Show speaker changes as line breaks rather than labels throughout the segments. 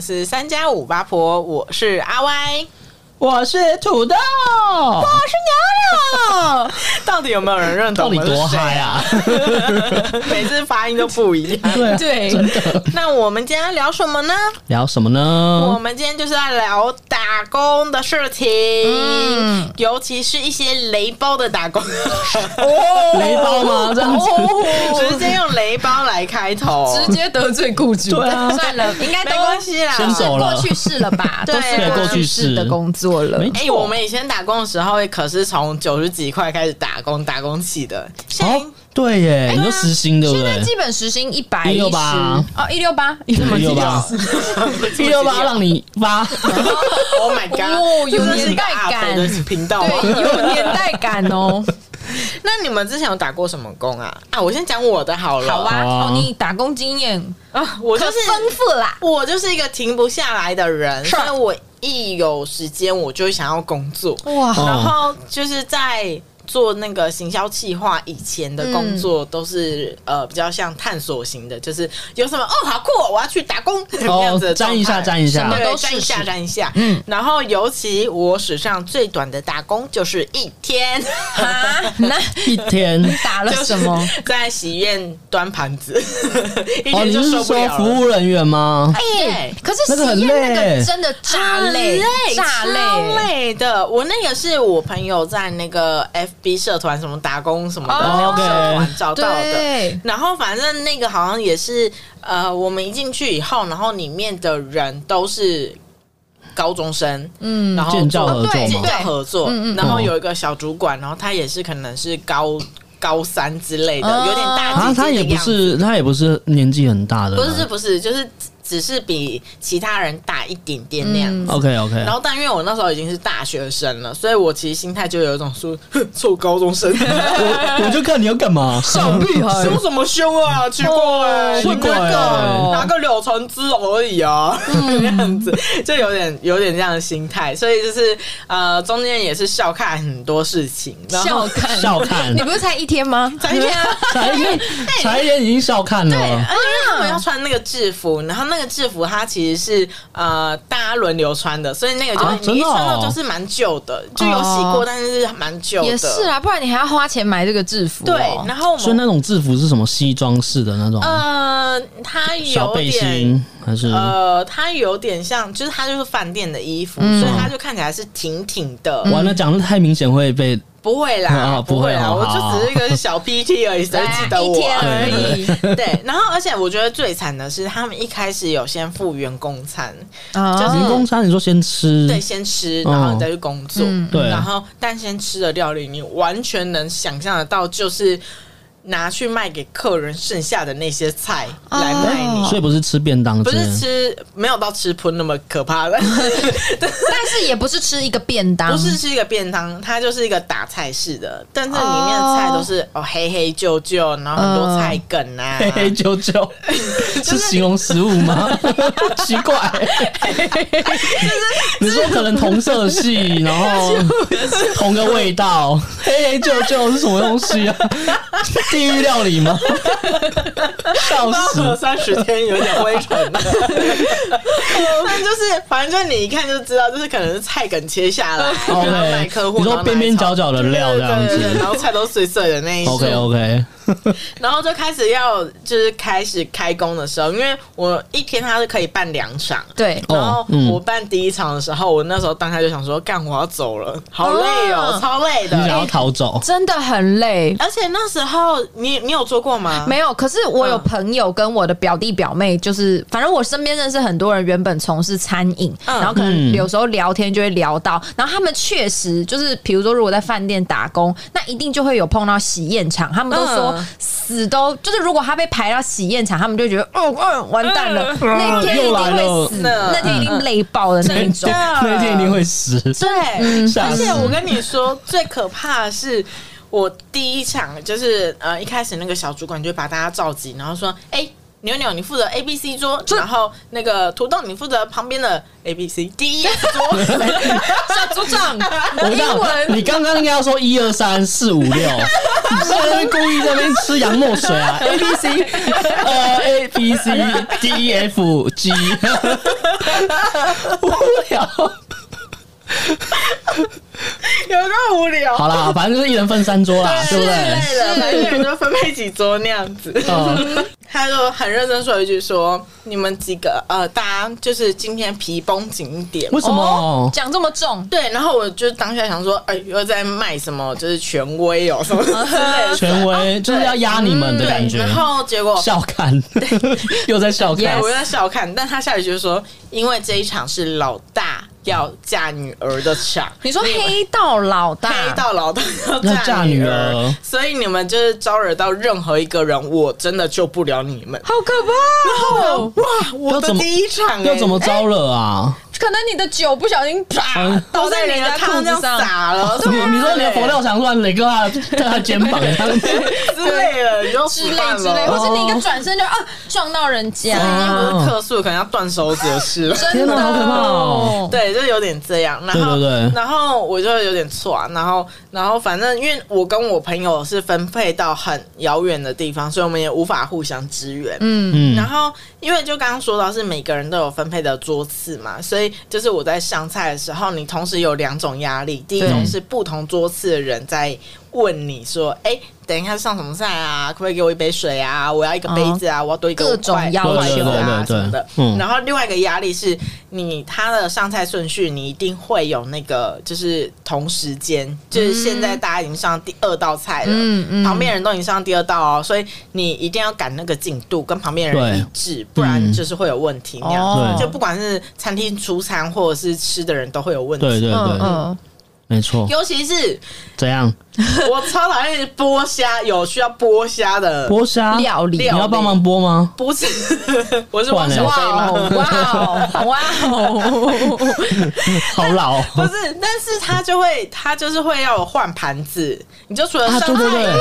是三加五八婆，我是阿歪，
我是土豆，
我是娘娘。 到底有没有人认同？
到底多嗨
啊！
啊！
每次发音都不一 样。
对啊，
对，那我们今天要聊什么呢？
聊什么
我
呢？
们今天就是在聊打工的事情，
嗯
尤其是一些雷包的打工，哦
雷包吗？这样子，
直接用雷包来开头，
直接得罪雇主。
对啊
算了，应该
没
都
关系啦。
先
是
走了
过去式了吧？
对
都
啊
是
对
过去
过去式
式的工作了
没。
哎、我们以前打工的时候，可是从九十几块开始打工，打工起的。现在、
哦，对
哎
耶，你说实心对不
现在
对？
基本时薪一百
168啊
哦，一六八，一
六八， 一六八让你八，
，Oh my God，、
哦有
这是一
年
个
代
阿
感
北的频道吗？
对，有年代感哦。
那你们之前有打过什么工啊？啊，我先讲我的好了。
好啊，
好啊
哦，你打工经验
啊，我
可
就是
丰富啦。
我就是一个停不下来的人，
是
所以我一有时间我就会想要工作。
哇
哦
然后就是在做那个行销企划以前的工作，都是、呃比较像探索型的，就是有什么哦好酷、哦，我要去打工 这样子的状态，
沾一下沾一下
什么
对，
都
沾
试
一下
试
沾一下。嗯，然后尤其我史上最短的打工就是一天，
啊，那
一天。
打了什么？
在喜宴端盘子， 一
哦，
天
你
就是受不
说
了
服
了。
务人员吗？
哎，可是
那个很
实验那
累
个真的炸
很
累，炸
超累
累。
的。我那个是我朋友在那个 FB 社团什么打工什么的那
哦
种社团找到的。
对，
然后反正那个好像也是，呃，我们一进去以后，然后里面的人都是高中生，
嗯
然，后
建教合作
对
建
吗？
教合作，
嗯嗯
然后有一个小主管，然后他也是可能是高高三之类的，
哦
有点大
啊，
姐姐
他
的
也不
样子。
是，他也不是年纪很大的
不
人
是
啊，
不是不是，就是只是比其他人大一点点那
嗯
样子。
OK OK，
然后，但因为我那时候已经是大学生了，所以我其实心态就有一种说，哼臭高中 生，
我我就看你要干嘛，
手臂很
凶什么凶啊？ 奇
哦
怪、欸，
嗯奇
混
怪
那
欸
个拿个柳橙汁而已啊，
嗯
这样子就有点有点这样的心态，所以就是呃，中间也是笑看很多事情，然后
笑看，
笑看
你不是才一天吗？
才一天啊，
才一天，才一天已经笑看了。
啊因为他们要穿那个制服，然后那个制服它其实是呃大家轮流穿的，所以那个就、
啊
你一
真的哦
穿到就是蛮旧的，就有洗过，
哦
但是是蛮旧的，
也是啊，不然你还要花钱买这个制服、哦
对，然后我
所以
们
那种制服是什么西装式的那种
呃，它
小
有
背
点。
心，嗯还是
呃，它有点像，就是它就是饭店的衣服，
嗯
所以它就看起来是挺挺的。
完了讲的太明显会被
不会啦，
嗯啊
不会啦，
不会
我
好好
就只是一个小 PT 而已，谁
来
记得
一
我
天
啊、
而已。
对，然后而且我觉得最惨的是，他们一开始有先付员工餐，
啊
员工餐，你说先吃
对，先吃，然后你再去工作，
嗯
对
然后但先吃的料理，你完全能想象得到，就是拿去卖给客人剩下的那些菜来卖你。
哦
所以不是吃便当
不
之类的，
是吃，没有到吃喷那么可怕的，
但是也不是吃一个便 当，
不是吃一个便当，它就是一个打菜式的，但是里面的菜都是哦黑黑旧旧，然后很多
嗯
菜梗 啊，
嘿嘿啾啾，是形容食物吗？奇怪，你说可能同色系，然后同个味道，嘿嘿啾啾是什么东西啊？地狱料理吗？
包
笑
了
死！
三十天有点灰尘了。 但就是反正就是你一看就知道，就是可能是菜梗切下 来，然后卖
OK，
客户，
你
然
说
后
边边角
角
角的料这样子
然后菜都碎碎的那一种。
，OK OK，
然后就开始要就是开始开工的时候，因为我一天它是可以办两场。
对，
哦
然后
嗯
我办第一场的时候，我那时候当下就想说，干我要走了，好累哦，
哦
超累
你想
的。
要逃走，
真的很累。
而且那时候你你有做过吗？
没有，可是我有
嗯
朋友跟我的表弟表妹，就是反正我身边认识很多人，原本从事餐饮，
嗯
然后可能
嗯
有时候聊天就会聊到，然后他们确实就是，比如说如果在饭店打工，那一定就会有碰到喜宴场，他们都说
嗯
死都就是如果他被排到喜宴场，他们就觉得嗯嗯完蛋了，那天一
又
定
来了
会死，
嗯
那天一定累爆的那一 种。
那一天一定会死，
对，
吓
而
死
且！我跟你说，最可怕的是。我第一场就是呃，一开始那个小主管就把大家召集，然后说：“哎、牛牛你负责 A B C 桌，然后那个土豆你负责旁边的 A B C D E F 桌，
小组长，
我知道
英文
你刚刚应该要说一二三四五六，你是在那边故意在那边吃洋墨水啊？A B C，呃，A B C D E F G，无聊。
有多无聊？
好啦，反正就是一人分三桌啦，对不对？
对的，每个人都分配几桌那样子。
嗯，
他就很认真说一句说：“你们几个呃，大家就是今天皮绷紧一点。”
为什
哦
么？
讲这么重？
对，然后我就当下想说，哎、又在卖什么，就是权威哦，什么之类的。
权威就是要压你们的感觉
嗯对，然后结果
笑看， 又在 笑
对，
看
我。在笑看，但他下一句就说，因为这一场是老大要嫁女儿的场，
你说黑道老大，
黑到老大
要
要
嫁
嫁
女
女
儿
儿，所以你们就是招惹到任何一个人，我真的救不了你们。
好可怕哦！
哇，我的
怎么
第一场、欸，
又怎么招惹啊？
可能你的酒不小心啪
嗯
倒在
你
人
的
家裤
汤
子
上
上，
洒 了？
你你说你的佛跳墙乱磊哥啊，在他肩膀上，
之类的，你就
之
死
类
烂
之
了
类，
哦
或是你一个转身就啊撞到人家，
啊
不是克数，可能要断手指的事 了。
天
真的
哪好可怕哦
对，就有点这样，然后
对对对
然后我就有点错啊，然后然后反正因为我跟我朋友是分配到很遥远的地方，所以我们也无法互相支援。
嗯，
然
嗯，
后，因为就刚刚说到是每个人都有分配的桌次嘛，所以就是我在上菜的时候，你同时有两种压力，第一种是不同桌次的人在问你说：“哎、等一下上什么菜啊？可不可以给我一杯水啊？我要一个杯子啊！我要多一个
各
五块
种要
五块啊
对对对
求
对
什么的。
嗯
然后另外一个压力是你他的上菜顺序，你一定会有那个就是同时间，就是现在大家已经上第二道菜了，
嗯嗯
旁边人都已经上第二道哦，所以你一定要赶那个进度，跟旁边人一致，不然就是会有问题那样。
哦
就不管是餐厅出餐或者是吃的人都会有问题。
对对
嗯
对，
嗯，
没错。
尤其是
怎样？
我超讨厌剥虾，有需要剥虾的，
剥虾
料理
你要帮忙剥吗？
不是， 我是汪小
哇
菲吗？
哦哇哦哇哦，
好老哦，
不是，但是他就会，他就是会要我换盘子，你就除了
啊
上
对
菜
对
以外，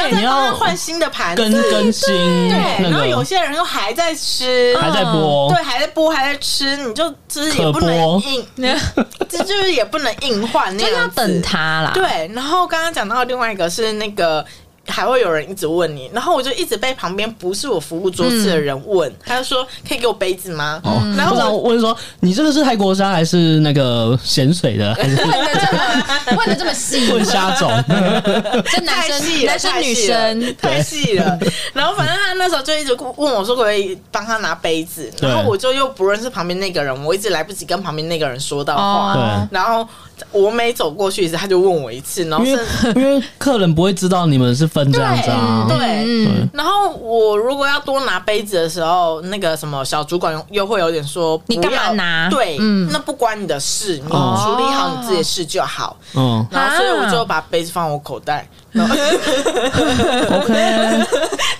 对，你
你要再帮他
要
换新的盘子，
更更新
对，
那
然后有
个，
些人又还在吃，
还在剥哦
对，还在剥，还在吃，你就就是也不
可
能
剥
硬，这就是也不能硬换 那
就
样子，
要等他啦。
对，然后刚刚讲到另外一个是那个。还会有人一直问你，然后我就一直被旁边不是我服务桌次的
嗯
人问，他就说可以给我杯子吗？嗯然
哦不
后
然
我
我问说，你这个是泰国虾还是那个咸水的？还是
问的这么问的这么细，
问虾种？
这男
太细
生
了
男生
太细
女生
了太细了。 然后反正他那时候就一直问我说可不可以帮他拿杯子，
对
然后我就又不认识旁边那个人，我一直来不及跟旁边那个人说到话。
对
哦，
然后我每走过去一次，他就问我一次，然后
因
是
为因为客人不会知道你们是分这样子啊，
对
嗯，
然后我如果要多拿杯子的时候，那个什么小主管又会有点说
你干嘛
不要
拿
对，
嗯
那不关你的事，你处理
哦
好你自己的事就好。
嗯
然后所以我
啊
就把杯子放我口袋，然后
，OK，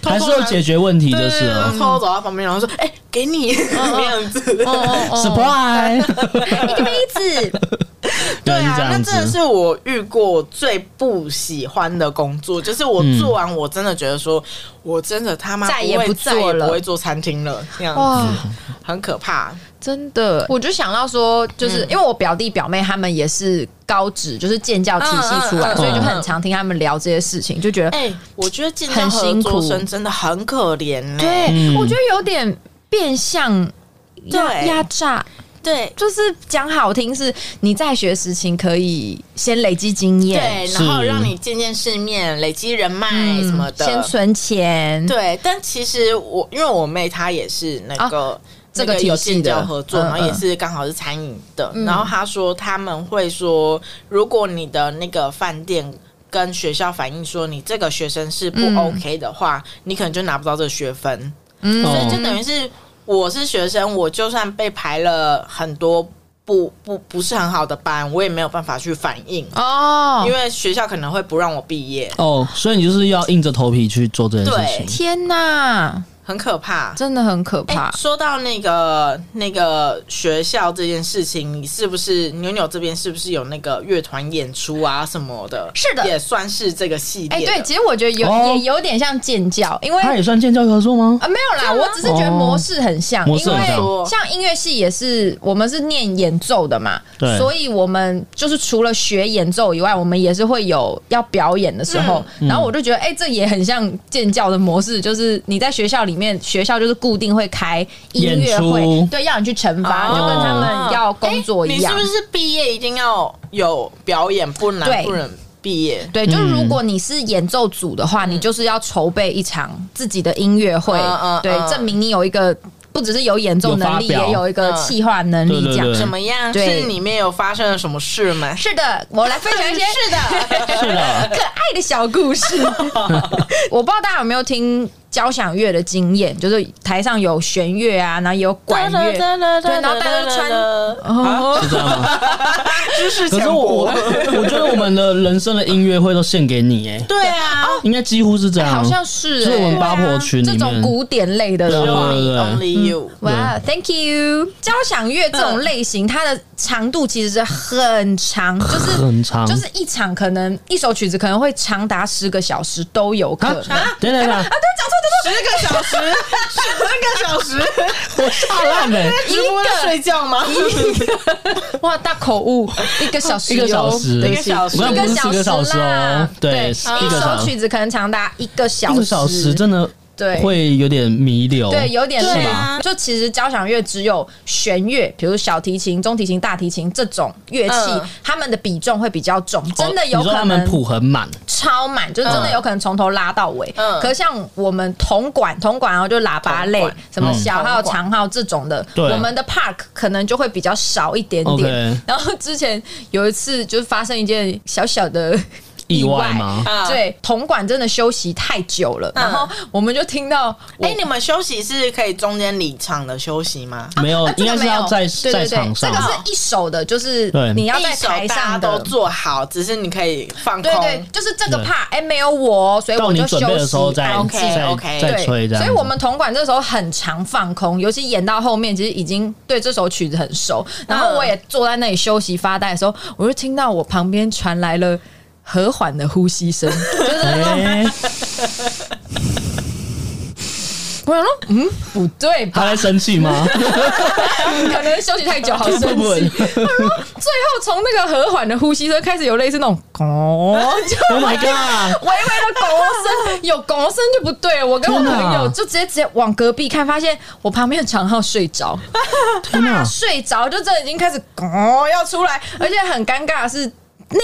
还是要解决问题就是
然
啊了
后偷偷走到旁边，然后说：“哎、给你 那样子。
哦哦
，surprise，
一个杯子，
对啊，
原来是这
那
样
真的
子，
是我遇过最不喜欢的工作，就是我
嗯
做完，我真的觉得说，我真的他妈
再也
不
不
会
做
再也
了
不会做餐厅了，这样
哇，
很可怕。
真的，我就想到说，就是、
嗯
因为我表弟表妹他们也是高职，就是建教体系出
嗯
来，
嗯嗯
所以就很常听他们聊这些事情，就觉得，
哎、我觉得建
呃很
教合
辛苦
作生真的很可怜呢、
对、
嗯
我觉得有点变相压
对
压榨。
对
就是讲好听是，你在学时期可以先累积经验，
对，然后
是
让你见见世面，累积人脉
嗯
什么的。
先存钱，
对，但其实我因为我妹她也是那个、
这啊个
个
体系的
有建教合作，
嗯
然后也
嗯
是刚好是餐饮的，
嗯
然后她说他们会说，如果你的那个饭店。跟学校反映说你这个学生是不
嗯
OK 的话，你可能就拿不到这个学分，
嗯
哦
所以就等于是我是学生，我就算被排了很多不不不是很好的班，我也没有办法去反映，
哦，
因为学校可能会不让我毕业。
哦，所以你就是要硬着头皮去做这件事
对
情，
天哪，
很可怕。
真的很可
哎、
怕。
说到那个那个学校这件事情，你是不是牛牛这边是不是有那个乐团演出啊什么的？
是的
也算是这个系
哎、
列的。
对，其实我觉得有、
哦
也有点像建教，因为
他也算建教合作 吗？
啊，没有啦，我只是觉得模式很像，
哦模式很像
因为像音乐系也是我们是念演奏的嘛，
对
所以我们就是除了学演奏以外，我们也是会有要表演的时候，
嗯
嗯
然后我就觉得，哎、这也很像建教的模式，就是你在学校里面，学校就是固定会开音乐
演
会
出，
对，要你去惩罚，
哦
就跟他们要工作一
你是
样。
不是毕业一定要有表演，不
对
然不能毕业？
对，就
嗯
如果你是演奏组的话，你就是要筹备一场自己的音乐会，
嗯嗯
对，
嗯
证明你有一个不只是有演奏能力，
有发表
也有一个企划能力
嗯对
这
对
样。
对
怎么样？
对
是里面有发生了什么事吗？
是的，我
哎
来分享一些
是 的，
是的，
可爱的小故事。 我不知道大家有没有听交响乐的经验，就是台上有弦乐啊，然后也有管乐，
哒哒哒哒
对，然后大家就
哒哒
穿
哒哒
哦
是这样吗？
知 识
可是
强
我，
国。
我觉得我们的人生的音乐会都献给你，哎，
对啊，
应该几乎是这样，
好像是、
是我们
欸、
八婆群里
这
面
种古典类的
对啊
的话。
对对
Only You，
哇、t h a n k you！交响乐这种类型，它的长度其实是很长，就是
很长，
就是一场可能一首曲子可能会长达十个小时都有可
啊
能。啊，
等等等，
十个小时，十个小时，
我吓烂欸了，
直播在睡觉吗？
哇，大口误，一个小时
一
哟，
个小时，
一个小时
我刚刚不是十个小时
啦
哦，，对，
一
一个
首
小
曲子可能长达一个小
一
时，
个小时真的
对
会有点弥留，
对，有点
对
累
啊。
就其实交响乐只有弦乐，比如小提琴、中提琴、大提琴这种乐器
嗯，
他们的比重会比较重，真的有
哦你说
可
他们
能
谱很满，
超满，就是真
嗯
的有可能从头拉到尾。
嗯
可是像我们铜管，铜管然后就喇叭类
铜管，
什么小号、
嗯铜管
长号这种的，
对
我们的 park 可能就会比较少一点点
OK。
然后之前有一次就发生一件小小的
意外吗？
啊，
对，铜管真的休息太久了，
嗯
然后我们就听到我，
哎、你们休息是可以中间离场的休息吗？
没有，
啊
应该是要在
对
在
对对
场，上
这个，是一手的，就是
对
你要在
一手
台
大家
上
都
的。
做好，只是你可以放空。
对对，就是这个
对
part，哎、没有我，所以
到
我
你
就休
准
息。
备的时候再
安静
OK，
再
OK
再
对，
吹这样
所
子，
以我们铜管这时候很常放空，尤其演到后面，其实已经对这首曲子很熟。然后我也坐在那里休息发呆的时候，我就听到我旁边传来了和缓的呼吸 声， 就是那种
哎
我想说，嗯，不对吧
他？在生气 吗？
可能休息太久，好生气。我说， 最后从那个和缓的呼吸声开始，有类似那种 “哦”，就
Oh my god！
微微的狗声，有狗声就不对了。我跟我
天
朋
哪
友就直接直接往隔壁看，发现我旁边的长浩睡着，
天
啊
哪！
睡着就真的已经开始“哦”要出来，而且很尴尬的是。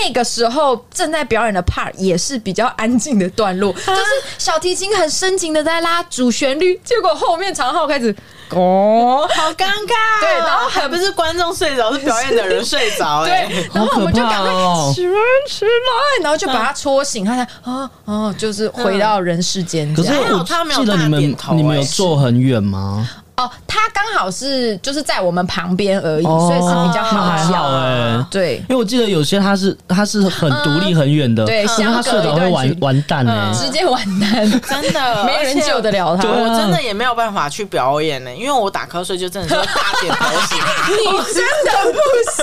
那个时候正在表演的 part 也是比较安静的段落，
啊
就是小提琴很深情的在拉主旋律，结果后面长浩开始“哦”，
好尴尬哦、
对然后很
还不是观众睡着，是表演的人睡着、 哎，
对，然后我们就赶快
好可怕哦
起来起来，然后就把他戳醒，他才哦哦，就是回到人世间这
可是
样。
还好
我
他没有
记得你
大
们
点头
你们
哎
欸
有坐很远吗？
哦，他刚好是就是在我们旁边而已，
哦
嗯所以是比较
那还
好
好
笑。啊
哎。
对，
因为我记得有些他是他是很独立很远的，
嗯对
因为他睡着会
相隔一段距
完
离嗯
完蛋哎、
直接完蛋，
真
呃
的
没人救得。了
而
他。
且我
对啊
真的也没有办法去表演呢、因为我打瞌睡就真的是会大点头型，
你真的 不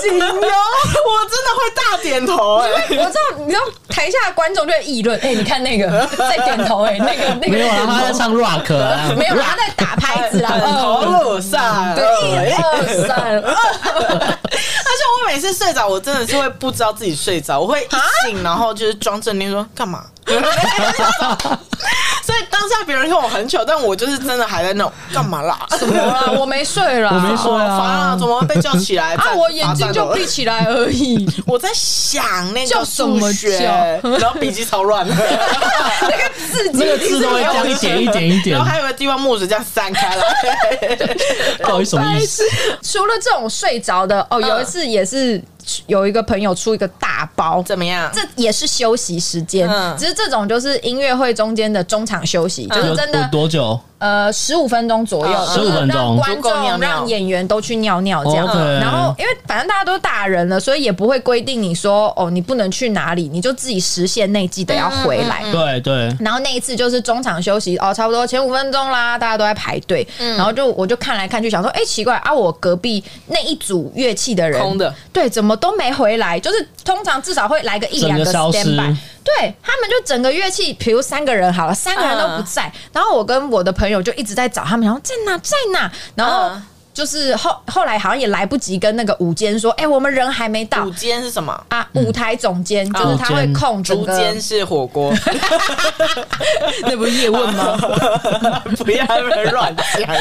行哟！
我真的会大点头 哎、
我知道，你知道台下的观众就会议论，哎，你看那个在点头，哎，那 个那个
没有啊，他在
在点头
唱 rock 啊，
没有啦，他在打拍 子啦，
很投
嗯
入上，
对，一二三，哦
而且我每次睡着，我真的是会不知道自己睡着，我会一醒，然后就是装镇定说干嘛。 所以当下别人看我很糗，但我就是真的还在那种干嘛啦？
怎么了？我没睡啦，
我没
说
睡啊
啊，怎么会被叫起来？
啊，
站
我眼睛就
罚站
闭起来而已。
我在想那
叫
个
什么
数学，
叫
然后笔记超 乱的，
啊那个字
那个字都会这样一点一点一点
然后，还有个地方木子这样散开来，
到底什么意思？
除了这种睡着的，哦，有一次也是有一个朋友出一个大包。
怎么样？
这也是休息时间，
嗯
只是这种就是音乐会中间的中场休息，就是
有
真
有
的
多久？
呃十五分钟左右，
嗯
就是
15分钟哦
让观
足够尿
众、
尿
让演员都去尿尿这样。嗯
OK
然后因为反正大家都大人了，所以也不会规定你说哦你不能去哪里，你就自己实现内记得要回来。
对对，
然后那一次就是中场休息哦，差不多前五分钟啦，大家都在排队，然后就我就看来看去，想说，哎、奇怪啊，我隔壁那一组乐器的人，
空的，
对，怎么都没回来？就是通常至少会来个一
整
两
个
个
消失
stand by，对他们就整个乐器，比如三个人好了，三个人都不在，然后我跟我的朋友就一直在找他们，然后在哪在哪，然后。
嗯
就是后后来好像也来不及跟那个舞监说，哎、我们人还没到
午间是什么？
啊！舞台总监、就是他会控整
竹
个，
间是火锅，
那不是叶问 吗？
不要乱 讲。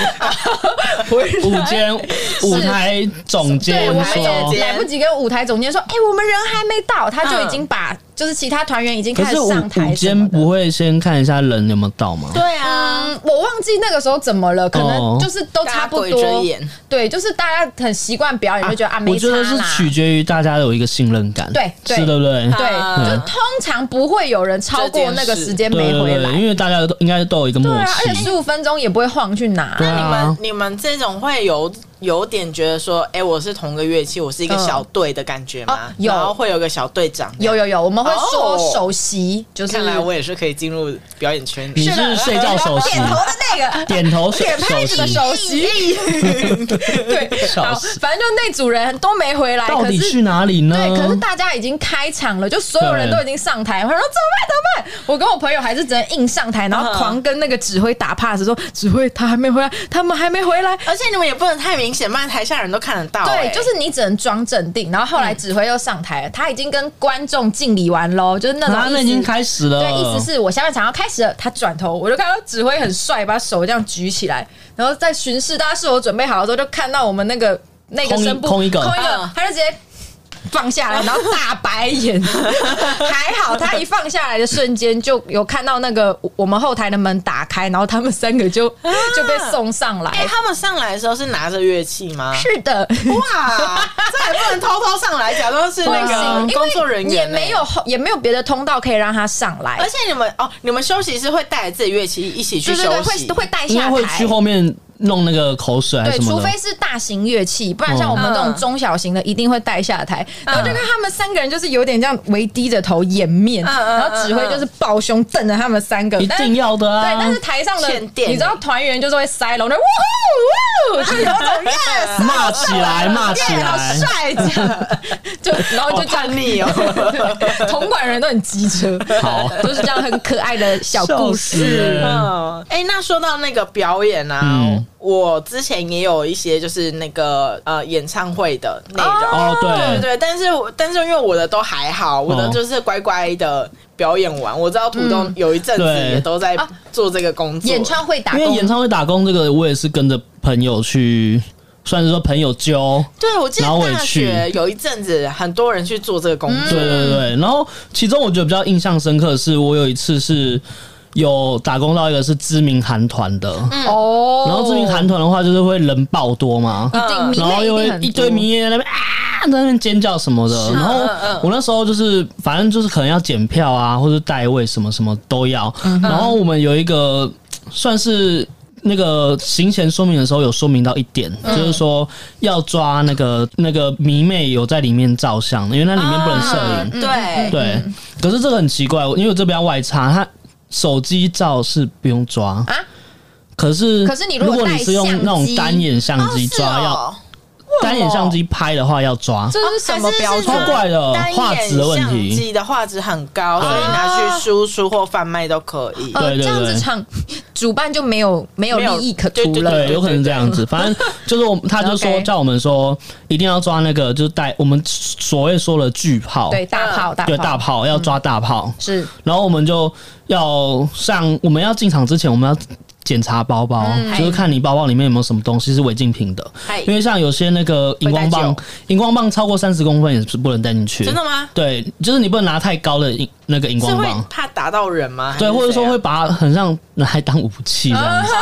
舞间舞台总
对，
监
我还
说
没，来不及跟舞台总监说，哎、我们人还没到，他就已经把、就是其他团员已经
嗯可
开
是
始
舞
上
舞
台什
间
么的。
不会先看一下人有没有到吗？
对啊，
嗯，我忘记那个时候怎么了，可
哦
能就是都差不
大家鬼遮
多。
眼
对，就是大家很习惯表演，就觉得啊，没
我
差
觉
啦。
得是取决于大家有一个信任感，
对对
是对不对？
对，
啊
就通常不会有人超过那个时间没
对
回
对对，
来。
因为大家都应该都有一个
对
默
啊，而且
契
十，五分钟也不会晃去哪。
对
你
啊
们，你们这种会有有点觉得说，哎、我是同个乐器，我是一个小队的感觉吗？
嗯哦有
然后会有个小队长。
有有有，我们会说
哦
首席，就是
看来我也是可以进入表演圈
你
里。
是睡觉首席
点，头的 那个，
点头手
点拍子的
席，
首席， 对，好，反正就那组人都没回来，
到
可
底去
是。
哪里呢？
对，可是大家已经开场了，就所有人
对
都已经上台，我说怎么办？怎么办？我跟我朋友还是只能硬上台，然后
嗯
狂跟那个指挥打 pass，说指挥他还没回来，他们还没回来。
而且你们也不能太明显，不然台下人都看得到、
对，
哎
欸
就是你只能装镇定。然后后来
嗯
指挥又上台了，他已经跟观众敬礼完喽，就是那种
啊，那已
意思
经开始了，
对，意思是我下半场要开始了。他转头，我就看到指挥很帅，把手这样举起来，然后在巡视大家是否准备好的时候，就看到我们那个那个
空一
声部
空一个
嗯
他就直接。放下来，然后大白 眼，还好他一放下来的瞬间，就有看到那个我们后台的门打开，然后他们三个就就被送上来
啊哎、。他们上来的时候是拿着乐器吗？
是 的，
哇，这还不能偷偷上来，假装是那
不行
个工作人员、
也没有
哎。
后也没有别的通道可以让他上来
而，且你们哦，你们休息是会带着自己乐器一起去
对
休
对
息，
对，会会带
应
下
该
台，
会去后面弄那个口水还是
对，
什
除
么的
非。是大型乐器，不然像我们这种
嗯
中小型的，一定会带下台。然后就看他们三个人就是有点这样围低着头掩面，
嗯嗯
然后指挥就是抱胸瞪着他们三个，
一
但是
定要的
对，
啊！
但是台上的
欠电
你知道团员就是会塞龙的，哇就有种耶，
骂起来，骂起
耶，好
来，
帅这样，就然后
好
就这样
叛逆哦。
同管人都很机车，
好
就是这样很可爱的小故
笑死
事。
人
嗯，哎、那说到那个表演啊，
嗯
我之前也有一些就是那个呃演唱会的内容，
哦，
对
对，
对，但是我但是因为我的都还好，我的就是乖乖的表演完。我知道土
嗯
豆有一阵子
对
也都在做这个工作，
演唱会打
嗯因为
工
演唱会打工这个，我也是跟着朋友去，算是说朋友揪，
对我记得
然后我也
大学有一阵子很多人去做这个工作，
嗯
对对对。然后其中我觉得比较印象深刻的是，我有一次是有打工到一个是知名韩团的，
哦，
然后知名韩团的话就是会人爆多嘛，
一定迷
然后
妹
又
一
会
定很
一堆
多嗯
迷妹在那边啊。在那边尖叫什么的，然后我那时候就是，反正就是可能要检票啊，或者代位什么什么都要。
嗯
然后我们有一个算是那个行前说明的时候有说明到一点，
嗯
就是说要抓那个那个迷妹有在里面照相，因为那里面不能摄
啊嗯
影。
嗯对。
对，可是这个很奇怪，因为我这边要外插，它手机照是不用抓
啊。
可是，
可是你如
如
果
果你
带
是用
相
那种
机
单眼相机抓，要
哦
单眼相机拍的话要抓，
这是哦什么标
还
准
哦是？
超怪的
单眼
画质的问
相
题
机的画质很高，所以拿去输出或贩卖都可以。
对对对
呃这样子场主办就没有没有
没有
利益可图
对
了。
对，有可能这样子。反正就是我们，他就说
OK
叫我们说一定要抓那个，就是带我们所谓说的巨炮，
对，大炮，
嗯
大
对大
炮
炮要抓大炮，
是
然后我们就要上，我们要进场之前，我们要检查包包，就是看你包包里面有没有什么东西是违禁品的。
嗨
因为像有些那个荧光
哎会带
棒
酒，
荧光棒超过三十公分也是不能带进去。
真的？吗？
对，就是你不能拿太高的荧那个荧
是
光
会
棒。
怕打到人吗？
对，
还是
或者
怎
说
样
会把它很像拿来当武器这样子。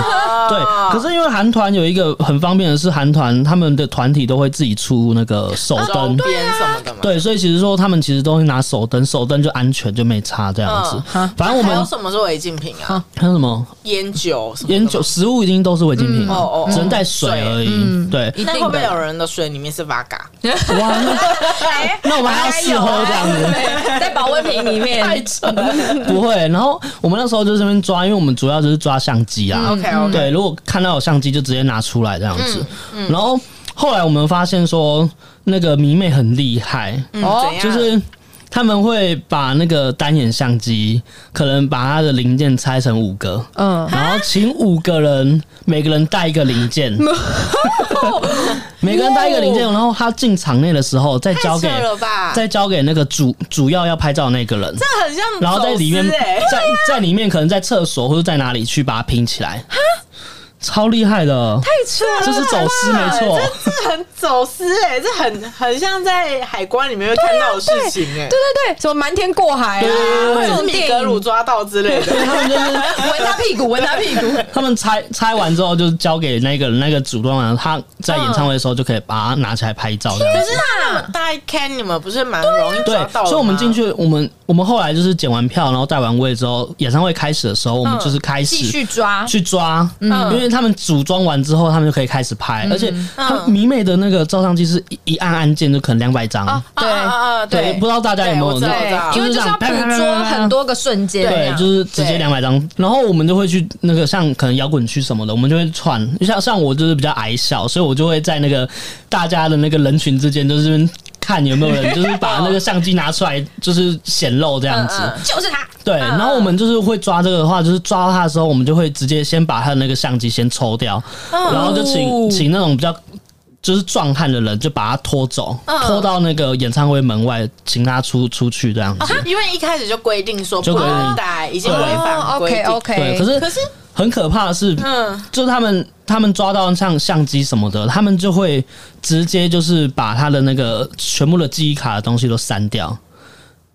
对，
哦
可是因为韩团有一个很方便的是，韩团他们的团体都会自己出那个手
周
灯，
哦边什么的嘛。
对，所以其实说他们其实都会拿手灯，手灯就安全就没差这样子
嗯。
反正我
还有
们
什么是违禁品啊？
还有什么
烟酒酒什么的
烟
吗
酒、食物一定都是违禁品
嗯
啊，
哦哦
只能带水而已。对，
一
那会
定
不会有
的。
人的水里面是 v 嘎？
哇，那
哎
那 我们还要试喝这样子。
对 在保温瓶里面，
不会。然后我们那时候就这边抓，因为我们主要就是抓相机啊。
OK，OK
对，如果看到有相机就直接拿出来这样子。
嗯
然后后来我们发现说，那个迷妹很厉害，
嗯
哦
怎样
就是。他们会把那个单眼相机，可能把它的零件拆成五个，
嗯，
然后请五个人，每个人带一个 零件，每个人带一个零件，然后他进场内的时候再交给
哦太扯了吧？
再交给那个主主要要拍照的那个人，
这很像
然后在里面
走私 欸
在在里面可能在厕所或者在哪里去把它拼起来，超厉害的，
太扯了
这是走私没错。
这这很走私哎、这很很像在海关里面会看到的事情哎、
对对对，什么瞒天过海啊，
或者
这
是
种
米
电
格
影，
鲁抓到之类的。
对他们就是
闻他屁 股，闻他屁股，
他们拆拆完之后，就交给那个那个主动人，他在演唱会的时候就可以把它拿起来拍照这样子。
可是那么 大一看，你们不是蛮容易
对
啊抓到的，吗
所以我们进，去，我们我们后来就是检完票，然后带完位之后，演唱会开始的时候，
嗯
我们就是开
继
始
续抓，
去抓，因为他们组装完之后，他们就可以开始拍，
嗯
而且他们迷妹的那个照相机是一一按按键就可能两百张，
啊啊啊啊
对，不知道大家有没
对我
有
知道
那
我知道
对，因为就是要捕捉很多个瞬间，啊这
对，
样
就是直接
对
两百张，然后我们就会去那个像可能摇滚区什么的，我们就会串，像像我就是比较矮小，所以我就会在那个大家的那个人群之间，就是看有没有人就是把那个相机拿出来，就是显露这样子。
嗯
嗯
就是他，
对，然后我们就是会抓这个的话，就是抓到他的时候，我们就会直接先把他的那个相机先抽掉，然后就请请那种比较。就是壮汉的人就把他拖走，拖到那个演唱会门外，请他出出去这样子。
因为一开始就规定说
就
不
规定
能带，已经
哦
违反规
OK 哦
定。
对，
OK，
可是
可是，
很可怕的是，
嗯，
就是他们他们抓到像相机什么的，他们就会直接就是把他的那个全部的记忆卡的东西都删掉，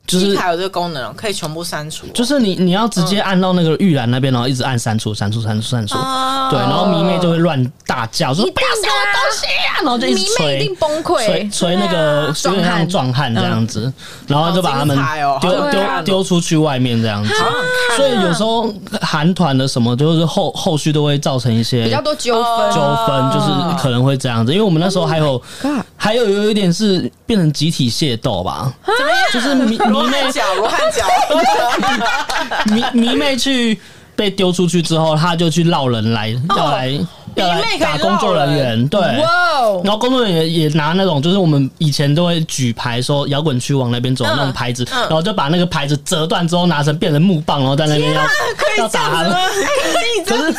就
机
是
卡有这个功能哦，可以全部删除哦。
就是你你要直接按到那个预览那边，然后一直按删除删除删除删除，
哦
对，然后迷妹就会乱大叫说
一定
不要删我东西啊，然后就一直
迷妹一
捶
定
捶
崩溃，
捶那个
啊
有点像壮汉这样子，然后就把他们
嗯好精彩哦好
丢
想
丢
看哦
丢出去外面这样子。
啊
所以有时候韩团的什么，就是后后续都会造成一些
比较多纠纷，
纠纷，
哦
就是可能会这样子。因为我们那时候还
Oh
有
God
还有有一点是变成集体械斗吧，
啊
就是迷
罗汉
迷 妹
脚，罗汉 脚，
迷迷妹去被丢出去之后，他就去绕人来要来要来
迷妹可以
打工作人
绕
员，对，
哇哦，
然后工作人员也拿那种，就是我们以前都会举牌说摇滚区往那边走
嗯
那种牌子，
嗯
然后就把那个牌子折断之后拿成变成木棒，然后在那边要、 要打他们。可是，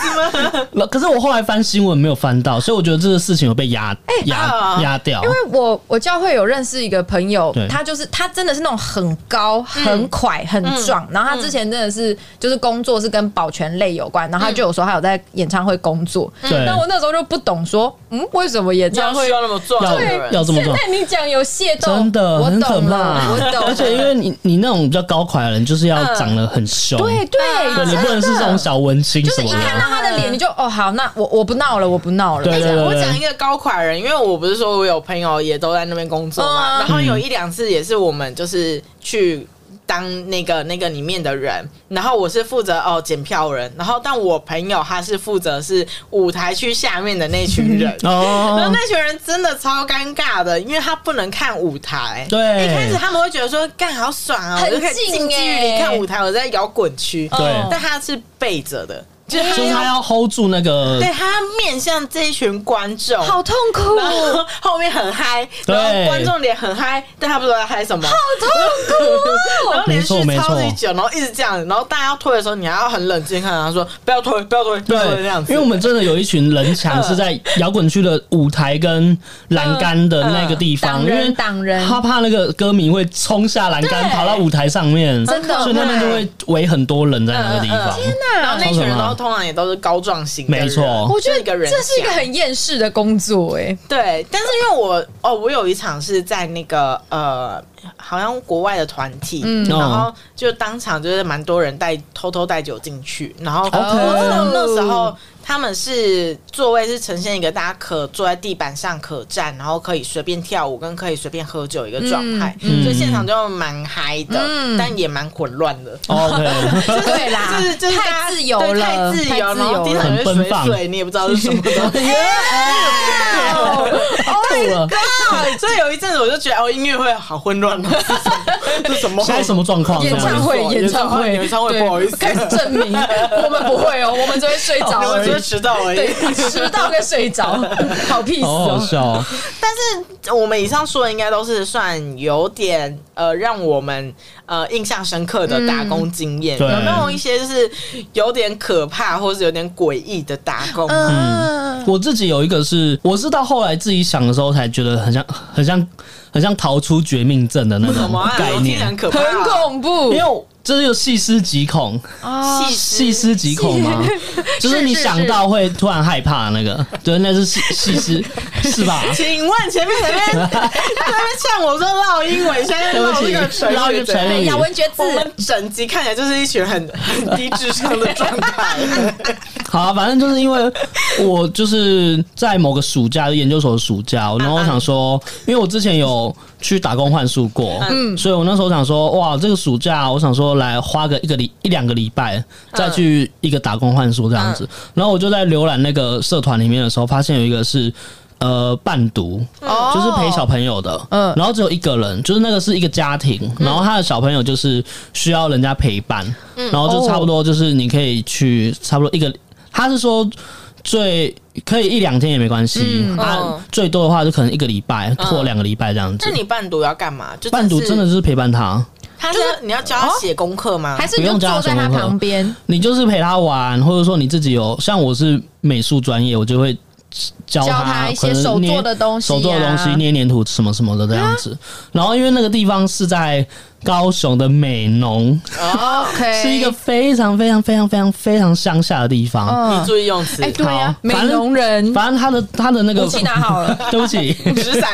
然后可是我后来翻新闻没有翻到，所以我觉得这个事情有被压压
啊
压掉
因。为我我教会有认识一个朋友
对，
他就是他真的是那种很高、很快、很壮，然后他之前真的是就是工作是跟保全类有关，然后他就有说他有在演唱会工作，
对
那我那时候就不懂说，嗯，为什么演
这样
唱
需
会？
要那么壮
要
的人
要这么
现
做，
在你讲有械斗，
真的
我
很可
懂了，
怕
我懂了，
而且因为你你那种比较高款的人，就是要长得很凶，
对对，
对，你不啊能是这种小文青
就是
什
一
么
看
的。
到他的脸，你就哦好，那我我不闹了，我不闹了，
对对对
我讲一个高款人，因为我不是说我有朋友也都在那边工作嘛，
嗯
然后有一两次也是我们就是去。当那个那个里面的人，然后我是负责哦检票人，然后但我朋友他是负责是舞台区下面的那群人， 然后
哦，
那群人真的超尴尬的，因为他不能看舞台。
对
一开始他们会觉得说干好爽啊，我
很
就可以
近
近距
欸
离看舞台，我在摇滚区。
哎
对
哦
但他是背着的，就是
就是他
他要
要 hold 住那个
对他面向这一群观众。
好痛苦，哦
然后后面很嗨，
对
然后观众脸很嗨，但他不知道在嗨什么，好痛苦、
哦
然后连
没
续
错
超
没
级
错
久，然后一直这样，然后大家要推的时候，你还要很冷静看他说不要推，不要推，不要推这样子。
因为我们真的有一群人墙是在摇滚区的舞台跟栏杆的那个地方，
嗯嗯
因为
挡人挡人
他怕那个歌迷会冲下栏杆
对
跑到舞台上面，
真的
所以那边就会围很多人在那个地
嗯
方
嗯。然后那群人都通常也都是高壮型的人，
啊没错
我觉
就一个
得
人啊
这是一个
像
很厌世的工作，哎，
对，但是因为我哦，我有一场是在那个呃，好像国外的团体，
嗯
然后
哦
就当场就是蛮多人带偷偷带酒进去，然后
OK
我记得那时候。他们是座位是呈现一个大家可坐在地板上可站，然后可以随便跳舞，跟可以随便喝酒一个状态，
嗯
所以现场就蛮嗨的，
嗯
但也蛮混乱的。
OK，
对啦，
就是就是大家
太自由
对
了，
太自由，然后地
了
上有些
很奔
水
放
水，你也不知道是什 么东西。
哎 哦
吐了，
所以有一阵子我就觉得哦，音乐会好混乱 啊，这是什么？
现在什么状况？这
演
样
唱会，
演
唱
唱会演唱会
对
不好意思
开始证 明我们不会哦，我们只会睡着
我
而
只是
已，
迟到
哦
而已。
对，迟到跟睡 着，好屁死
好好
哦。
笑哦。
我们以上说的应该都是算有点呃，让我们呃印象深刻的打工经验。
嗯对
有没有一些就是有点可怕，或是有点诡异的打工？
嗯，
我自己有一个是，我是到后来自己想的时候才觉得很像，很像，很像逃出绝命镇的那
什
种
么啊？
概
我听起来
念
很，可怕
很
啊，
恐怖
因为我这就细思极恐，
啊！
哦细思极恐吗？ 就是你
是是
想到会突然害怕的那个，对，那是细细 思，是吧？
请问前面那 边在那边呛我说绕英文，现在
对不
绕这
起
个成，
捞
语
一个
怎样
成
对
语
咬，哎文嚼字
我，们整集看起来就是一群很很低智商的状态。
好、啊，反正就是因为我就是在某个暑假，就研究所的暑假，然后我想说，因为我之前有去打工换宿过，嗯，所以我那时候想说，哇，这个暑假我想说来花个一个礼一两个礼
嗯
拜，再去一个打工换宿这样子。然后我就在浏览那个社团里面的时候，发现有一个是。呃，伴读，
嗯
哦
就是陪小朋友
哦
的，
嗯
嗯，然后只有一个人，就是那个是一个家庭，
嗯
然后他的小朋友就是需要人家陪伴，
嗯
然后就
哦
差不多就是你可以去差不多一个，他是说最可以一两天也没关系，
嗯
啊
嗯，
最多的话就可能一个礼拜
嗯
或两个礼拜这样子
那。你伴读要干嘛？就
伴读真的
是，
就是陪哦伴他，
他是你要教他写功课吗？
还是你就坐在他旁边，
你就是陪他玩，或者说你自己有像我是美术专业，我就会教
教他一些
可能
手
捏
做的东西啊
手做的东西捏黏土什么什么的这样子。然后因为那个地方是在高雄的美浓，
哦
OK，
是一个非常非常非常非常非常乡下的地方。
你注意用
嗯
词
哎，，对啊
好，
美
反正
容人，
反正他的他的那个
武器拿 好了，
对不起，
纸 伞。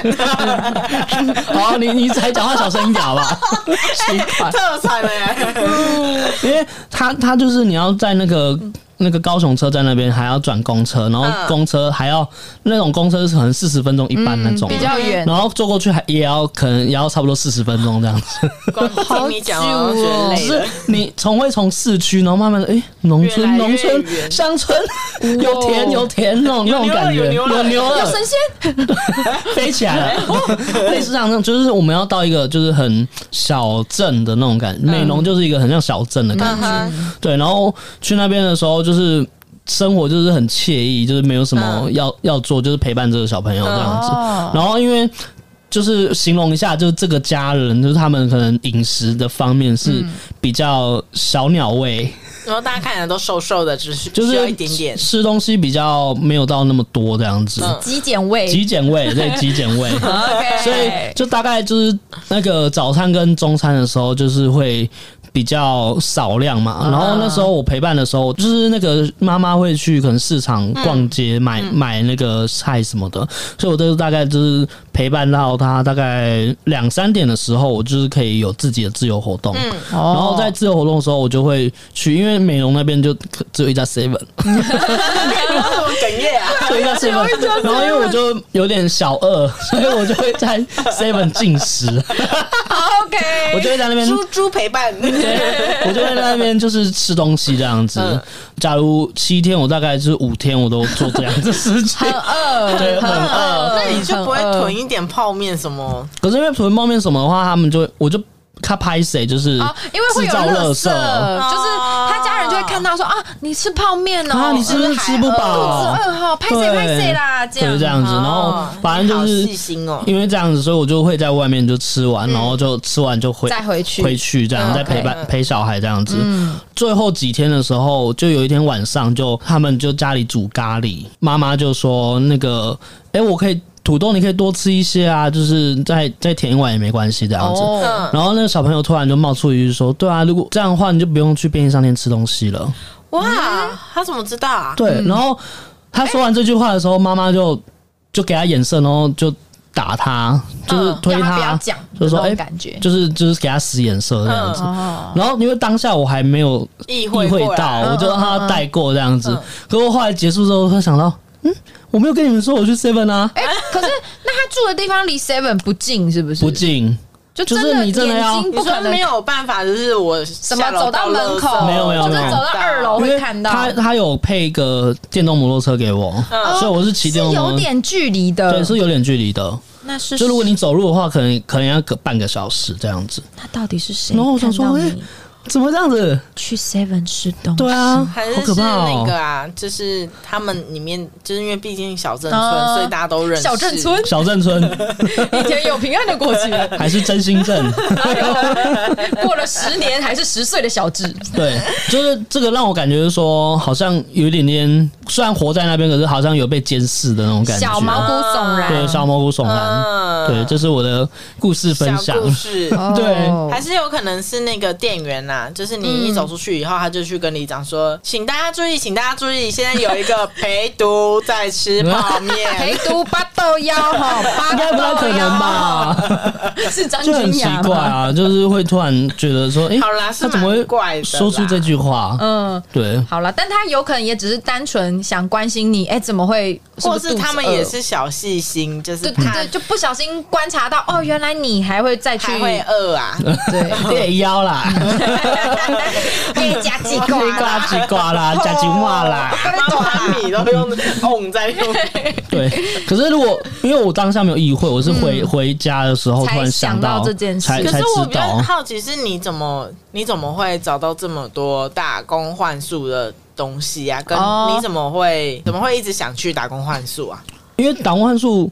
好，你你才讲话小声一点好不好？奇怪，
特产欸嘞、
嗯 因为他他就是你要在那个。那个高雄车站那边还要转公车，然后
嗯
公车还要那种公车是可能四十分钟一班
嗯
那种的，
比较远，
然后坐过去还也要可能也要差不多四十分钟这样子。
光听你讲哦，
好久
觉
哦
得
就
累
是
了。
你从会从市区，然后慢慢的，哎、农
越来
村
越
农村
远
乡村 有田有田那种那种
有牛了
感觉，
有牛了
有牛
要
了，
神仙，
飞 起
哎
来了， 类似像那种，就是我们要到一个就是很小镇的那种感觉，美浓就是一个很像小镇的感
嗯
觉，
哼，
对。然后去那边的时候，就是生活就是很惬意，就是没有什么
嗯
要、要做，就是陪伴这个小朋友这样子。
哦
然后因为就是形容一下，就是这个家人，就是他们可能饮食的方面是
嗯
比较小鸟胃，
然后大家看起来都瘦瘦的，只是
就
需要
是
一点点。
吃东西比较没有到那么多这样子，
嗯
极简味
极简味对极简 味。
，OK，
所以就大概就是那个早餐跟中餐的时候，就是会比较少量嘛。然后那时候我陪伴的时候，就是那个妈妈会去可能市场逛街买买那个菜什么的，所以我就大概就是陪伴到她大概两三点的时候，我就是可以有自己的自由活动。然
然
后在自由活动的时候，我就会去，因为美容那边就可只有一家 seven，
我哽咽啊！
所以在 seven，然后因为我就有点小饿，所以我就会在 seven 进食，
OK，
我就会在那边
猪猪陪伴，
哎
我就会在那边就是吃东西这样子。
嗯
假如七天，我大概是五天我都做这样的事情。
很饿，
对很饿
那你就不会
很
嗯
饿
囤一点泡面什么？
可是因为屯泡面什么的话，他们就我就他拍谁就是
哦，因为会
制
有
造垃
垃
圾。
就是他家人就会看到说啊，你吃泡面哦，
啊，你是不是吃不
肚
饱
子？饿哈，拍谁
对
拍谁啦，这
就
样
是这样子，然后
哦
反正就
你好细
是
心哦。
因为这样子，所以我就会在外面就吃完，然后就吃完就回
再回去
回去这样，
嗯
再陪伴
OK
陪小孩这样子。最后几天的时候，就有一天晚上就，他们就家里煮咖喱，妈妈就说那个，哎、我可以土豆，你可以多吃一些啊，就是再再舔一碗也没关系这样子。
哦，
嗯，
然后那个小朋友突然就冒出一句说：“对啊，如果这样的话，你就不用去便利商店吃东西了。嗯
哇，他怎么知道
嗯
啊”？
对，然后他说完这句话的时候，妈妈就就给他眼色，然后就打他，就是推
嗯让他不要
他，
讲，
就是说
那种
哎
感觉
就是就是给他使眼色这样子。
哦，
然后因为当下我还没有
意
意
会啊
会
过来
到，
嗯
了
我就让他带过这样子
嗯。
可我后来结束之后，我突然想到，嗯，我没有跟你们说我去 Seven 啊，
哎、可是那他住的地方离 Seven 不近，是不是？
不，进，
就
就是
真
你真的要
眼睛
你
不可
说
能
没有办法，就是我
什么
下楼
走到
到
门
垃圾
口，
没有没有
就是
没有
走到二楼
因
会
为
看到，
他他有配一个电动摩托车给我，
嗯
所以我是骑
是
电动摩
有
托车，
点距离
对，
的。
是有点距离的。
那是
就如果你走路的话，可能可能要个半个小时这样子。
他到底是谁？
然后我想说
看到你
哎怎么会这样子？
去 Seven 吃东西，
对啊，
还
好
是
可
是
怕哦
那！个啊，就是他们里面，就是因为毕竟小镇村，
啊
所以大家都认识。
小 镇村
小镇村
以前有平安的过去，
还是真心 镇，
过了十年还是十岁的小智，
对，就是这个让我感觉是说，好像有一点点，虽然活在那边，可是好像有被监视的那种感觉。
小毛骨悚然。
对，小毛骨悚然。
嗯
对，这是我的故事分
小
享。
故 事。
哦
对
还是有可能是那个店员呐、就是你一
嗯
走出去以后，他就去跟你讲说，请大家注意，请大家注意，现在有一个陪读在吃泡
陪
面，
读八豆腰哈，八
应该不太可能吧？
是张
就很
君
奇
雅
怪
吗？
啊，就是会突然觉得说，哎、
好啦是
他怎么
蛮怪
会
的
说出
啦
这句话？
嗯，
对，
好了，但他有可能也只是单纯想关心你，哎、怎么会？
或
不
是
肚子
他们也
饿
是小细心，就是
对对
他
对，就不小心观察到哦，原来你还会再去
还 会呃饿 啊，
对
猎 妖啦，
给加鸡
呱啦
啦，
叽呱啦， 加金话啦。
妈妈米都用哄 在用，
对，可是如果因为我当下没有意会，我是回、
嗯
回家的时候
才
突然到
想到这件事
才
可
才
是我
知
比较
道。啊
好奇是你怎么你怎么会找到这么多打工换宿的东西啊？跟
哦
你怎么会怎么会一直想去打工换宿啊？
因为打工换宿，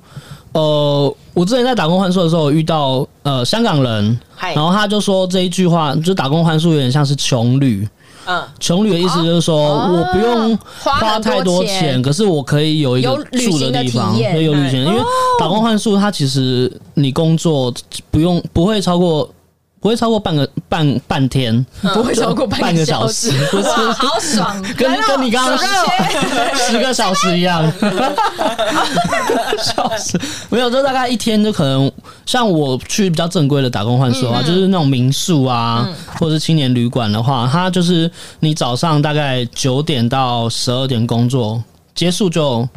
呃，我之前在打工换宿的时候遇到呃香港人，
嗨，
然后他就说这一句话，就打工换宿有点像是穷旅。
嗯，
穷旅的意思就是说，
哦
我不用
花很
花太
多
多
钱
可是我可以有一个
有旅
住
行的
地
体
方，
验
对，有旅行。因为打工换宿，它其实你工作不用不会超过不会超过半个半半天，
嗯不会超过
半
个
个小时，不是
哇，好爽！
跟
来咯
跟你刚刚
爽切
十个小时一样，笑死！没有，就大概一天就可能，像我去比较正规的打工换宿
嗯
啊，就是那种民宿啊，或者是青年旅馆的话，它就是你早上大概九点到十二点工作结束就，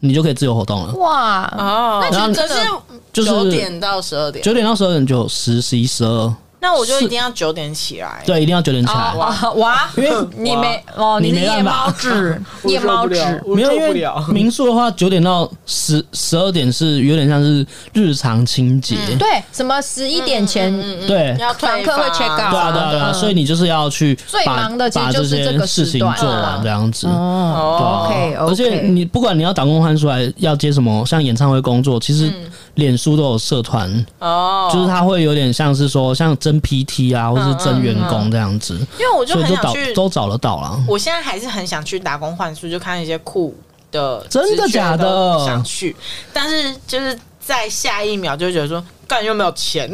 你就可以自由活动了。
哇，
哦，
然后
真
可
的
是
就是
九点到十二点，
九点到十二点就十、十一、十二，
那我就一定要九点起来。
对，一定要九点起来。
啊
哇 哇，
啊因为
你没哦，你
你
是
没
夜
办法
猫 子，夜猫子。
我
没有，
受
因
不
为
了。
民宿的话，九点到十十二点是有点像是日常清洁，
对，什么十一点前，
嗯
对，
要退
访客会 check
对
out
啊，对啊，对啊，
嗯
所以你就是要去
最
把
忙的其实
把
就
这
是这
些
个时
事情
段
做完这样子。
哦
啊
哦
，OK，
而且你不管你要打工换出来要接什么，像演唱会工作，其实
嗯
脸书都有社团，
哦，
就是它会有点像是说像真 PT
嗯
啊，或是真员工这样子，
因为我就
所以
很
就
想
找
去，
都找得到啦。
我现在还是很想去打工换宿，就看一些酷的，
真的假的
想去，但是就是在下一秒就会觉得说，干又没有钱，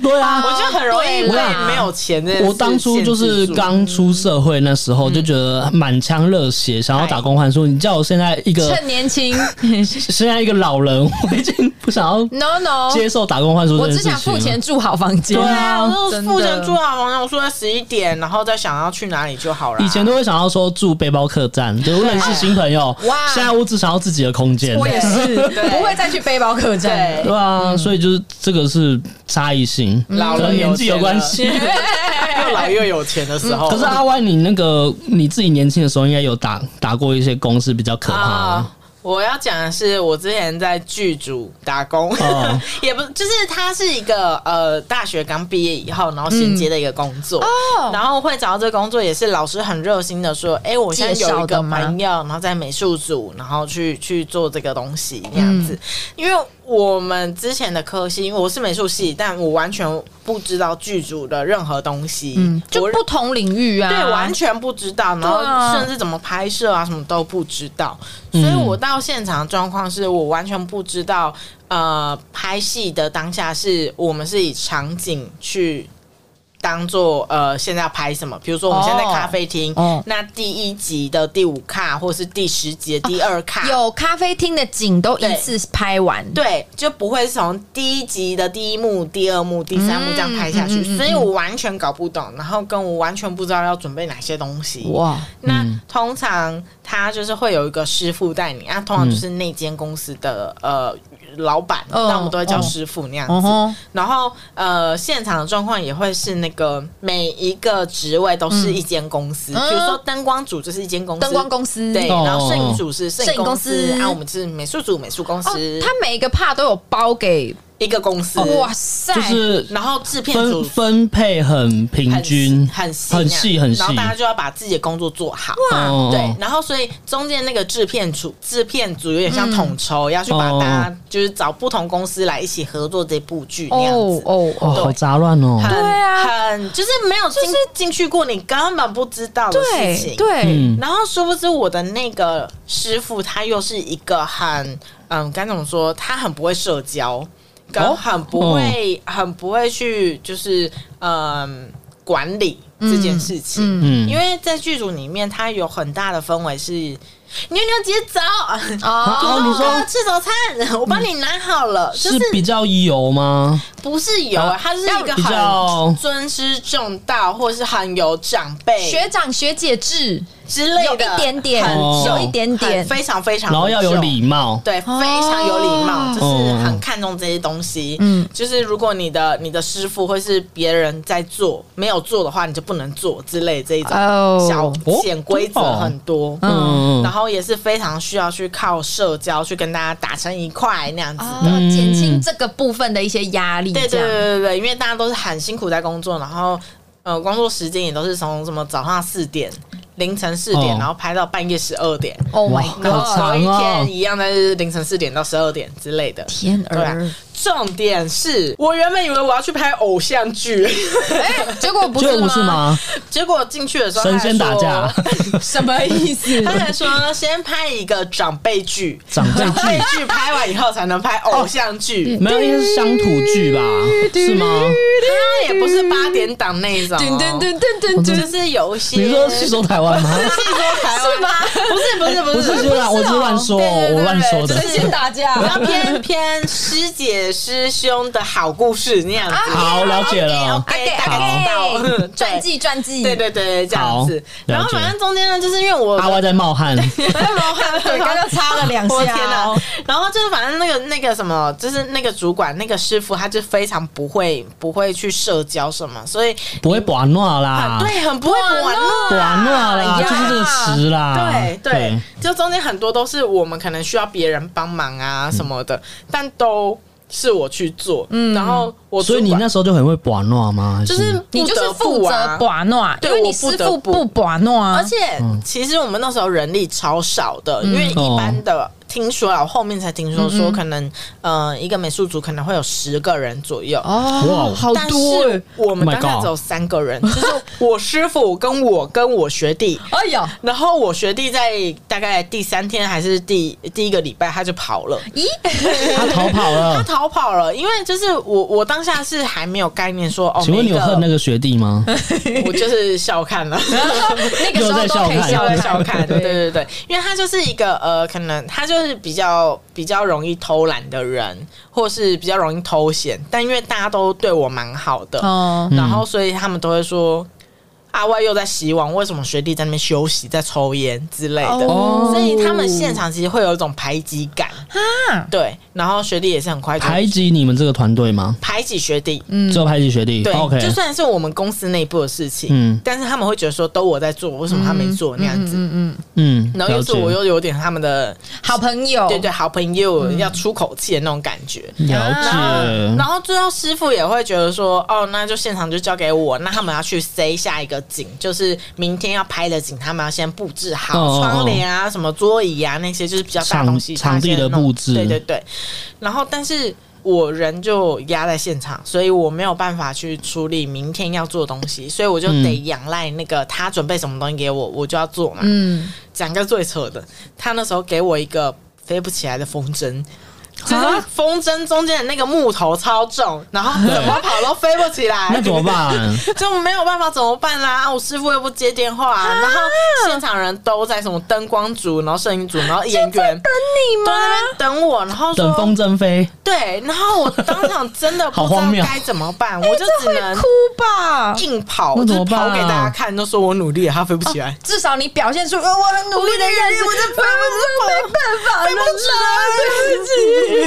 对啊，
我就很容易
对
为
啦
没有钱这
啊
件事
我当初就是
限制住
刚出社会那时
嗯
候，就觉得满腔热血，想要打工换宿。你叫我现在一个
哎趁年轻
现在一个老人， 我已经不想要
，no no，
接受打工换宿
哦我
这件事
只
情
想
了。
付钱住好房间。
对
对啊，
啊
我就
真的
付钱住好房间，我说十一点，然后再想要去哪里就好了。
以前都会想要说住背包客栈，就我认识新朋友
对哇。
现在我只想要自己的空间。
我也是，
对
啊不会再去背包客栈。
对
对啊，所以就是这个是差异性，
嗯老
可
了
能年
有
纪
钱
有关
了
系。
越老越有钱的时候，
嗯可是阿歪，你那个你自己年轻的时候，应该有打打过一些工是比较可怕的
啊。我要讲的是，我之前在剧组打工，
哦
也不就是它是一个呃大学刚毕业以后，然后衔接的一个工作，
哦
然后会找到这个工作也是老师很热心的说，哎、我现在
介
有
绍
一
的
个
吗
朋友，然后在美术组，然后去去做这个东西那样
嗯
子，因为我们之前的科系，因为我是美术系，但我完全不知道剧组的任何东西，
嗯，就
我
不同领域啊，
对，完全不知道，然
对啊
后甚至怎么拍摄啊，什么都不知道。
嗯
所以我到现场的状况是我完全不知道，呃，拍戏的当下是我们是以场景去当做呃现在要拍什么，比如说我们现在在咖啡厅，
哦
那第一集的第五卡或是第十集的第二卡。
有咖啡厅的景都一次拍完，
对，就不会从第一集的第一幕、第二幕、第三幕这样拍下
嗯
去，所以我完全搞不懂，然后跟我完全不知道要准备哪些东西。
哇，
那
嗯
通常他就是会有一个师傅带你，啊，通常就是那间公司的呃老板，
嗯
那我们都会叫师傅那样子。
哼，
然后呃，现场的状况也会是那个每一个职位都是一间公司，
嗯
比如说灯光组就是一间公司，
灯光公司
对，
哦
然后摄影组是摄
摄
影
影
公
公
司，
司
啊，我们是美术组美术公
哦
司，，
他每一个 part 都有包给，
一个公司，
哇塞，
就是
然后制片
分
组
分配很平
很
均，
很细
很
那样
细很细
然后大家就要把自己的工作做好。
哦
对，然后所以中间那个制片组，制片组有点像统筹，要去把
哦
大家就是找不同公司来一起合作这部剧那样
哦
子。
哦
哦，
哦，
好杂乱哦。
很
对啊
很就是没有进
就是
进去过，你根本不知道的事
对
情。
对，
嗯
然后殊不知我的那个师傅，他又是一个很嗯，该怎么说？他很不会社交，
哦
跟很不会、很不会去就是嗯管理这件事情。
嗯
因为在剧组里面，他有很大的氛围是妞妞姐走，
哦
哦，你说
哥吃早餐，我帮你拿好了，就是是
比较油吗？
不是有
啊，
他是一个
比较
很尊师重道，或是很有长辈
学长学姐制
之类的，
有一点点
很
哦
重
有一点点
很非常非常，
然后要有，礼貌，哦
对，非常有礼貌，
哦
就是很看重这些东西。嗯
嗯，
就是如果你的你的师傅或是别人在做，没有做的话，你就不能做之类这一种
哦
小
哦
潜规则
真的哦
很多。
嗯
然后也是非常需要去靠社交去跟大家打成一块那样子
哦
的，
嗯
减轻这个部分的一些压力，
对
这
嗯对
样
对对对，因为大家都是很辛苦在工作，然后呃，工作时间也都是从什么早上四点、凌晨四点，
哦
然后拍到半夜十二点，
，Oh
哇
my
然后
好
god，
长
头
哦
一天一样，但是凌晨四点到十二点之类的。
天
对啊
儿，，
重点是我原本以为我要去拍偶像 剧，
结果不
结
是
果不是？吗？
结果进去的时候
神仙打架，
什么意思？
他还说，他还说先拍一个长辈剧，
长辈
长 辈剧拍完以后才能拍
哦
偶像剧，
没有，应该是乡土剧吧？是吗？
他也不是八点档那一种
噔噔
哦，
噔噔噔
就
噔，
是有一些
你说是说台 湾吗？
台湾
是吗？
不是不是不
不
是啊
是，是啦，我是乱说，
对对对对
我乱说
就
的
是。
打架
然后偏偏师姐师兄的好故事那样子。
好，了解了。
OK，
OK，
大概知道
OK，传记传记，
对对对，这样子。
好
然后反
了
正
解啊
中间呢，就是因为我
阿歪在冒汗，
对，刚刚擦了两下，
我天哪！然后就是反正那个那个什么，就是那个主管那个师傅，他就非常不会不会去社交什么，所以
不会寡诺
啊
啦，
对，很不会玩弄。啊
寡诺啦，
哎呀
就是这个词啦。
对对，就中间很多都是我们可能需要别人帮忙啊什么
嗯
的，但都是我去做。嗯，然后我
所以你
主管
那时候嗯就很会寡诺吗？还
就是
你就是负责
管，
寡诺，啊
对
因为
我
你
不
师
得
傅
不
不寡诺啊，
而且
嗯
其实我们那时候人力超少的，因为一般的。听说啊，我后面才听说
嗯
说，可能呃，一个美术组可能会有十个人左右，
哇
哦，好
但
多欸
是，我们当
Oh my
下
God
只有三个人，就是我师傅跟我跟我学弟，
哎呀，
然后我学弟在大概第三天还是第第一个礼拜他就跑了，
咦，
他逃跑
他
了。
逃跑了，因为就是我我当下是还没有概念说哦，
请问你有恨那
每
个学弟 吗？
一个我就是笑看 了。
那个时候都可
笑
以笑
看
又在
笑看，对对
对，
对对，因为他就是一个呃，可能他就是比较比较容易偷懒的人，或是比较容易偷闲，但因为大家都对我蛮好的，
哦，
嗯
然后所以他们都会说阿外又在洗碗，为什么学弟在那边休息、在抽烟之类的，
哦
所以他们现场其实会有一种排挤感，
啊，
对，然后学弟也是很快就
排挤你们这个团队吗？
排挤学弟，
只有排挤学弟。
嗯对
OK，
就算是我们公司内部的事情，
嗯
但是他们会觉得说都我在做，为什么他没做那样子？
嗯，
然后又
了
是
解。
我又有点他们的
好朋友，
对对好朋友
嗯
要出口气的那种感觉。
了
然
解。
后最后师傅也会觉得说，哦，那就现场就交给我，那他们要去塞下一个景，就是明天要拍的景，他们要先布置好、
哦哦哦
窗帘啊、什么桌椅啊那些，就是比较大的
场
东西，
场
他
地
先弄
的布置
对对对。然后但是。我人就压在现场，所以我没有办法去处理明天要做的东西，所以我就得仰赖那个他准备什么东西给我，我就要做嘛。
嗯，
讲个最扯的，他那时候给我一个飞不起来的风筝，就是风筝中间的那个木头超重，然后怎么跑都飞不起来，
那怎么？办？
就没有办法怎么办啦、啊？我师傅又不接电话、然后现场人都在什么灯光组，然后摄影组，然后演员都
等你
在那边
吗？
等我，然后说
等风 筝飞，
对，然后我当场真的不
好
知
荒
道
谬
该怎么办，我就只
会
能
哭吧？
硬跑，
那
我
怎
就
么
是
办啊
跑给大家看，都说我努力了，他飞不起来。
至少你表现出呃我很努力的样子，
我
我
努力
就没办法了啦，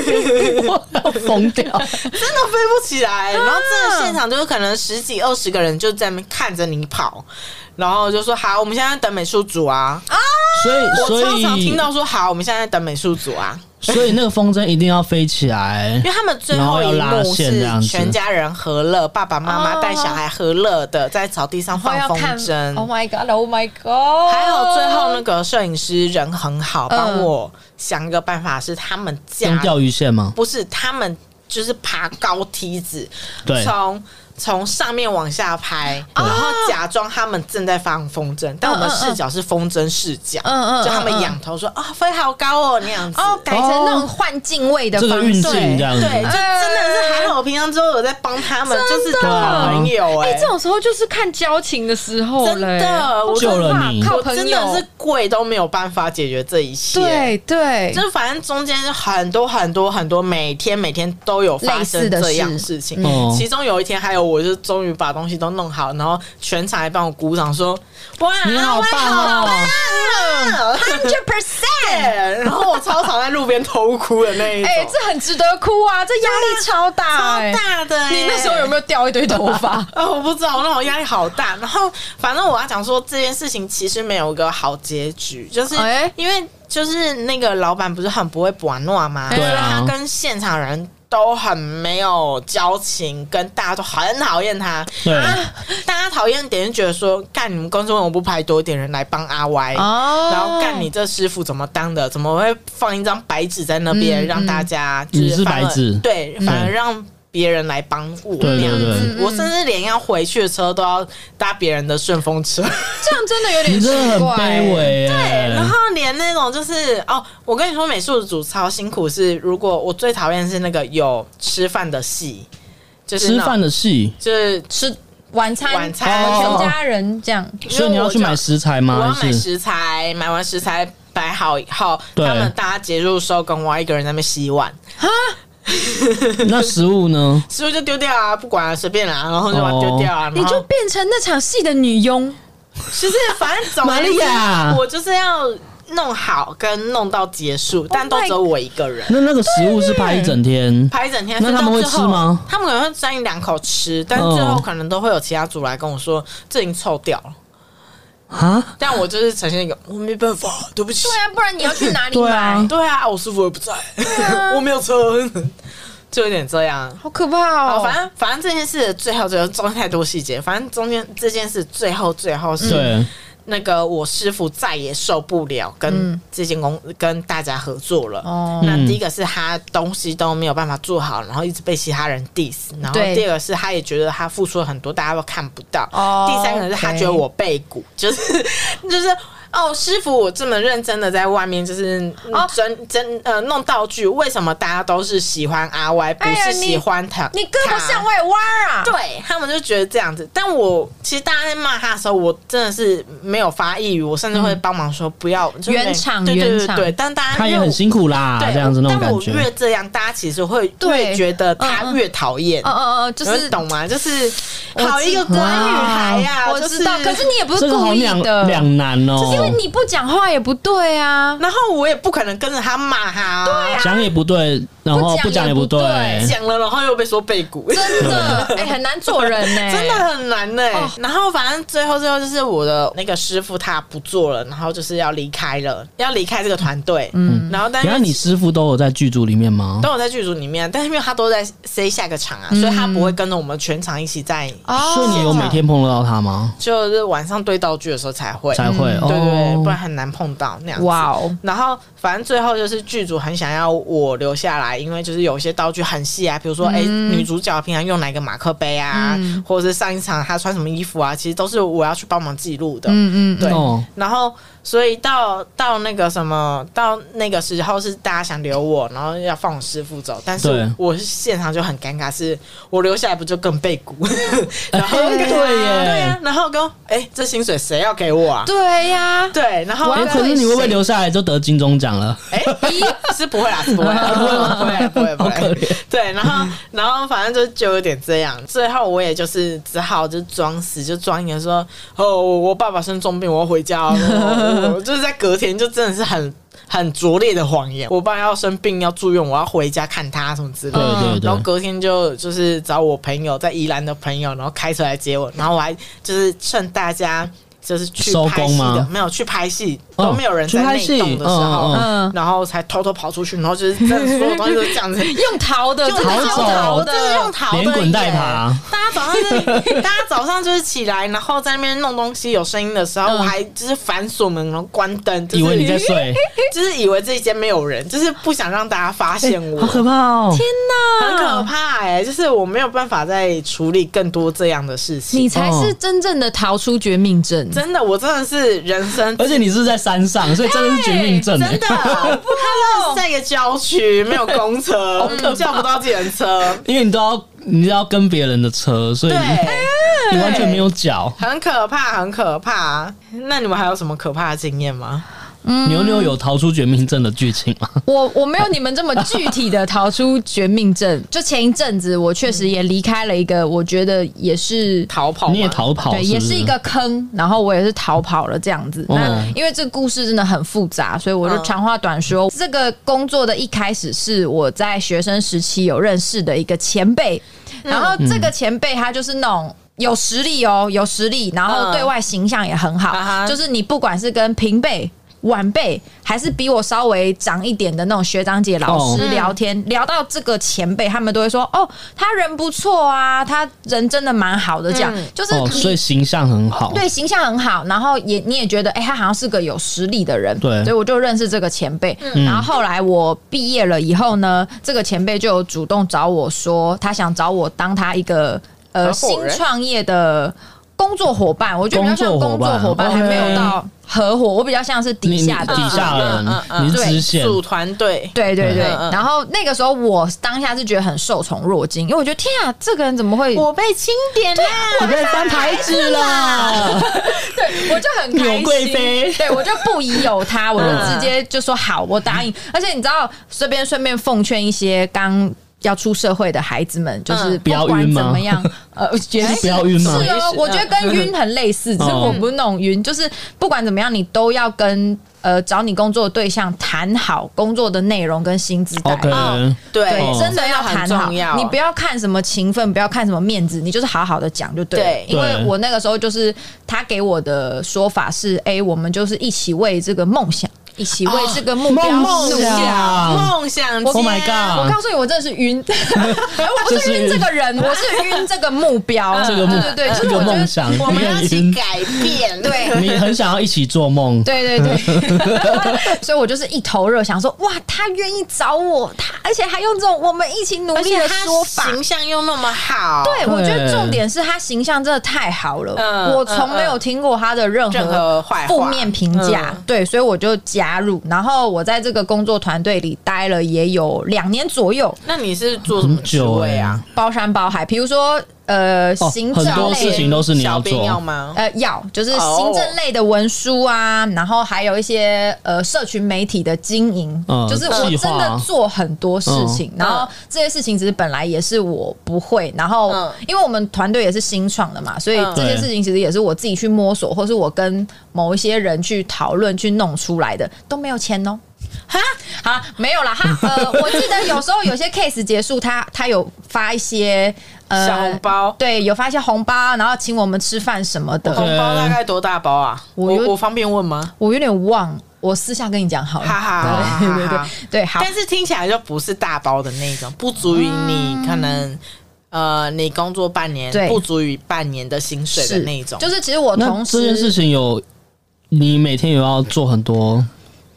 疯掉！
真的飞不起来。然后真的现场就是可能十几二十个人就在那边看着你跑，然后就说好，我们现在等美术组啊。
所以，
我
所
超常听
以，
到说好，我们现在等美术组啊，
所以那个风筝一定要飞起来
因。为他们最后一
然后要拉
幕
线这样
是
子
全家人和乐，爸爸妈妈带小孩和乐的在草地上
我
放
要
风
看
筝
Oh。my God，Oh my God！
还有最后那个摄影师人很好，
嗯
帮我想一个办法，是他们
用
架
钓鱼线吗？
不是他们就是爬高梯子，
对
从从上面往下拍，然后假装他们正在放风筝，但我们视角是风筝视角，
嗯嗯嗯
就他们仰头说啊、飞好高哦那样子。
哦，改成那种换镜位的
哦这
方
个运
式
镜。这样
对，
子，
就真的是还好，我平常之后有在帮他们，就是做好朋友哎、
哎，这种时候就是看交情的时候了
真的，我
救了你
靠
我
朋友
真的是跪都没有办法解决这一切。
对对，
就是反正中间很多很多很多，每天每天都有发生这样的事情
类似的事嗯。
其中有一天，还有我就终于把东西都弄好，然后全场还帮我鼓掌说：“哇，
你好棒哦！
哦
hundred percent。
对然后我超常在路边偷哭的那一种，
哎、这很值得哭啊！这压力超大、
超
哎
大的欸、
你那时候有没有掉一堆头发？
啊、我不知道，让我压力好大。然后，反正我要讲说这件事情其实没有一个好结局，就是
哎
因为就是那个老板不是很不会玩诺嘛，
对
所以
啊
他跟现场人。都很没有交情，跟大家都很讨厌他。
对
啊大家讨厌的点就觉得说，干你们公司为什么不派多一点人来帮阿歪？
哦
然后干你这师傅怎么当的？怎么会放一张白纸在那边、
嗯
让大家就
你是
反而
白纸
对，反而
对
让别人来帮我
对
那
对
样
嗯
对，
我甚至连要回去的车都要搭别人的顺风车，
这样真的有
你
点奇
真的很
怪、
卑微
对， 然
哎
后。连那种就是哦，我跟你说，美术组超辛苦是，如果我最讨厌是那个有吃饭的戏，就是
吃
那种
饭的戏，
就是
吃晚餐，
晚餐
我们
哦
全家人这样。
因为
所以你要
我
去
就
买食材
我
吗？
要买
还是
食材，买完食材摆好以后，
对
他们大家结束收工，我要一个人在那边洗碗，
那食物呢？
师傅就丢掉啊，不管啊，随便啦、然后就
哦
把它丢掉啊，然后
你就变成那场戏的女佣，
就是反正总而言之
玛利亚
我就是要弄好跟弄到结束，但都只有我一个人。
那那个食物是拍一整天，
拍一整天，
那他们
所
会
以到最后
吃吗？
他们可能会沾一两口吃，但
嗯
最后可能都会有其他组来跟我说，这已经臭掉了。
啊？
但我就是呈现一个，我没办法，对不起
对。啊，不然你要去哪里
对啊
买？
对啊，我师傅也不在，我没有车， 就有点这样。
好可怕
好，
哦！
反正反正这件事的最后，就是中间太多细节。反正中间这件事最后最后是
对，
那个我师傅再也受不了跟这间公、跟大家合作了。
嗯哦，
那
嗯
第一个是他东西都没有办法做好，然后一直被其他人 diss，然后
对
第二个是他也觉得他付出了很多，大家都看不到。
哦
第三个是他
OK
觉得我背骨， 就是就是。哦，师傅，我这么认真的在外面，就是
哦
哦，真真呃弄道具，为什么大家都是喜欢阿 Y，不
哎呀
是
你
喜欢他？
你胳膊
他
向外弯啊！
对他们就觉得这样子，但我其实大家在骂他的时候，我真的是没有发抑郁，我甚至会帮忙说不要就是
嗯圆场
对对
圆
对
场
对，但大家
他也
因为
很
我
辛苦啦，
对，
这样子那种
但
感
我越
觉。
这样，大家其实会
对
越觉得他越讨厌，
嗯嗯嗯，就
你们
是
懂吗？就是
我
好一个
知
乖女
道
孩呀、
我
就
知道，啊可是你也不
这
是
个好
故意
两
的，
两难哦，
因为你不讲话也不对啊。
然后我也不可能跟着他骂他、啊，
讲也不对，然后
不
不
讲
讲
也
也
不
不对，
对
讲了然后又被说背骨，
真的， 哎、很难做人欸呢、
真的很难呢、
哎哦
然后反正最后最后就是我的那个师傅他不做了，然后就是要离开了，要离开这个团队。嗯，然后但
原来
是
你师傅都有在剧组里面吗？
都有在剧组里面，但是因为他都在 C 下个场啊，所以他不会跟着我们全场一起在，
哦
所以你有每天碰得到他吗？
就是晚上对道具的时候才会。嗯
才会哦
对对对，不然很难碰到那样子。
哦哇哦，
然后反正最后就是剧组很想要我留下来，因为就是有一些道具很细啊，比如说哎、诶
嗯
女主角平常用哪个马克杯啊，或者是上一场她穿什么衣服啊，其实都是我要去帮忙记录的。
嗯嗯，
对，
哦
然后所以到到那个什么，到那个时候是大家想留我，然后要放我师傅走，但
对
是我现场就很尴尬，是我留下来不就更被鼓？ 然后
哎对耶
对啊，然后跟我哎、这薪水谁要给我啊？
对呀，
对，然后
我
哎、
要
可是你会不会留下来就得金钟奖了？
哎、是不 会啦，是不会啦，不会，不会，不
哦好可
会，不会
怜。
对，然后，然后反正就就有点这样。最后我也就是只好就装死，就装一个说，哦，我我爸爸生重病，我要回家 哦。我我就是在隔天就真的是很很拙劣的谎言，我爸要生病要住院，我要回家看他什么之类的。
对对对
然后隔天就就是找我朋友在宜兰的朋友，然后开车来接我，然后我还就是趁大家。就是去
收
拍
工
戏
吗
的，没有去拍戏，
哦
都没有人
去
在
拍
内
戏
洞的时候，
嗯
嗯
然后才偷偷跑出去，然后就是真的所有东西都是这 样子。
用逃的，
用
真的
逃
是
走
用逃
真的用
的，
逃的
连滚带爬
耶大家早上就是，大家早上就是起来，然后在那边弄东西，有声音的时候，我
嗯
还就是反锁门，然后关灯，就是
以为你在，睡，
就是以为这一间没有人，就是不想让大家发现我，
好可怕哦！
很可怕哎、就是我没有办法再处理更多这样的事
你
情。
才是真正的逃出绝命镇。
真的，我真的是人生，
而且你是在山上，所以真的是绝命症、
真
欸。
的，他是在一个郊区，没有公 车，叫不到计程车，
因为你都要你都要跟别人的车，所以
对。
你你完全没有脚。
很可怕，很可怕。那你们还有什么可怕的经验吗？
牛牛有逃出绝命镇的剧情吗？
我我没有你们这么具体的逃出绝命镇。就前一阵子，我确实也离开了一个，我觉得也是。
逃跑吗
你也逃跑
哦对，
不
也是一个坑，然后我也是逃跑了这样子。
哦
那因为这个故事真的很复杂，所以我就
嗯
长话短说。这个工作的一开始是我在学生时期有认识的一个前辈，
嗯
然后这个前辈他就是那种。有实力哦，有实力，然后
嗯
对外形象也很好，
啊哈
就是你不管是跟平辈、晚辈，还是比我稍微长一点的那种学长姐、老师
哦
嗯
聊天，聊到这个前辈，他们都会说：“哦，他人不错啊，他人真的蛮好的。”这样、
嗯
就是
哦，所以
你。
形象很好。
对形象很好，然后也你也觉得，哎、他好像是个有实力的人，
对
所以我就认识这个前辈。
嗯
然后后来我毕业了以后呢，这个前辈就有主动找我说，他想找我当他一个呃
合伙
新
人
创业的工作伙伴。我觉得比较像工
工作
作
伙伴
伙伴，还没有
OK
到合伙，我比较像是
你
底下的
你底下
嗯嗯
人，
嗯
你是
对
支线，
组团队，
对对对，
嗯嗯
然后那个时候我当下是觉得很受宠若惊，因为我觉得天啊，这个人怎么会？
我被清点啦！
你被翻牌子啦！
对我就很开心，
有贵妃嗯
对我就不疑有他，我就直接就说好，我答应。而且你知道，这边顺便奉劝一些刚。要出社会的孩子们，就是
嗯
不要
管
晕
怎
吗
么样，呃， 觉得
是不要晕吗
是哦，我觉得跟晕很类似，只是
嗯
我不是那种晕，就是不管怎么样，你都要跟呃找你工作的对象谈好工作的内容跟薪资待遇
OK，
哦对
对，
哦
真的要
很
谈好
重要。
你不要看什么情分，不要看什么面子，你就是好好的讲就对了。
对
因为
对
我那个时候就是他给我的说法是，哎、我们就是一起为这个梦想，一起为这个目标
梦
努力。
想
梦想家
Oh my god
我告诉你，我真的是 晕，哎我不是晕这个人，我是晕这个目标，
这个梦
对对对，
这
就是
个
我觉
梦
得，
想，
我们要一
你
起
很
改变。
对
你很想要一起做梦。
对对对， 所以我就是一头热，想说哇，他愿意找我，他而且还用这种我们一起努
而
力
且
的
他
说法，
形象又那么好，
对，
对
我觉得重点是他形象真的太好了，
嗯
我从没有听过他的任
任何
何
坏话
负面评价，
嗯
对，所以我就加入，然后我在这个工作团队里待了也有两年左右，
那你是做什么职位啊？
包山包海，比如说呃，
哦
行，
很
政
多
类
事
的
情都是你
小
要
编要
做。
吗？
呃，要就是
哦
行政类的文书啊，然后还有一些呃社群媒体的经营，
嗯
就是我
计划
真的做很多事情，然后这些事情其实本来也是我不会，然后、
嗯
因为我们团队也是新创的嘛，所以
嗯
这些事情其实也是我自己去摸索，或是我跟某一些人去讨论去弄出来的，都没有钱哦。哈，好啦没有啦。哈，呃，我记得有时候有些 case 结束，他他有发一些呃
小红包
对，有发一些红包，然后请我们吃饭什
呃
么的。
红包大概多大包啊？
我
我
有
我方便问吗？
我有点忘，我私下跟你讲好了。
哈哈，
对
哈
对对
哈
对，好，
但是听起来就不是大包的那种，不足以你可能呃，你工作半年
对，
不足以半年的薪水的那种。
就是其实我
那
同
这件事
时。
情有你每天有要做很多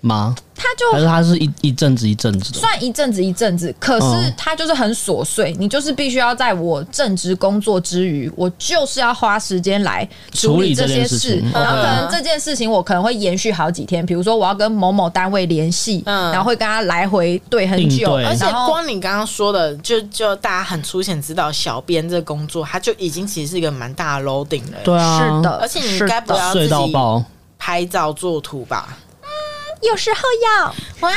吗？
他
还是
就
它是一一阵子一阵子的？
算一阵子一阵子，可是
嗯
他就是很琐碎，你就是必须要在我正职工作之余，我就是要花时间来处
处
理
理
这
这
些
件事
事
情，哦
然后可能
嗯
这件事情我可能会延续好几天，比如说我要跟某某单位联系，
嗯
然后会跟他来回对很
应
久，
对
而且
然后
光你刚刚说的，就就大家很粗浅知道，小编这工作，它就已经其实是一个蛮大的 loading 了。
对啊，
是的，啊
而且你
是
该不
的
要
睡到爆。
拍照作图吧。
有时候要
哇，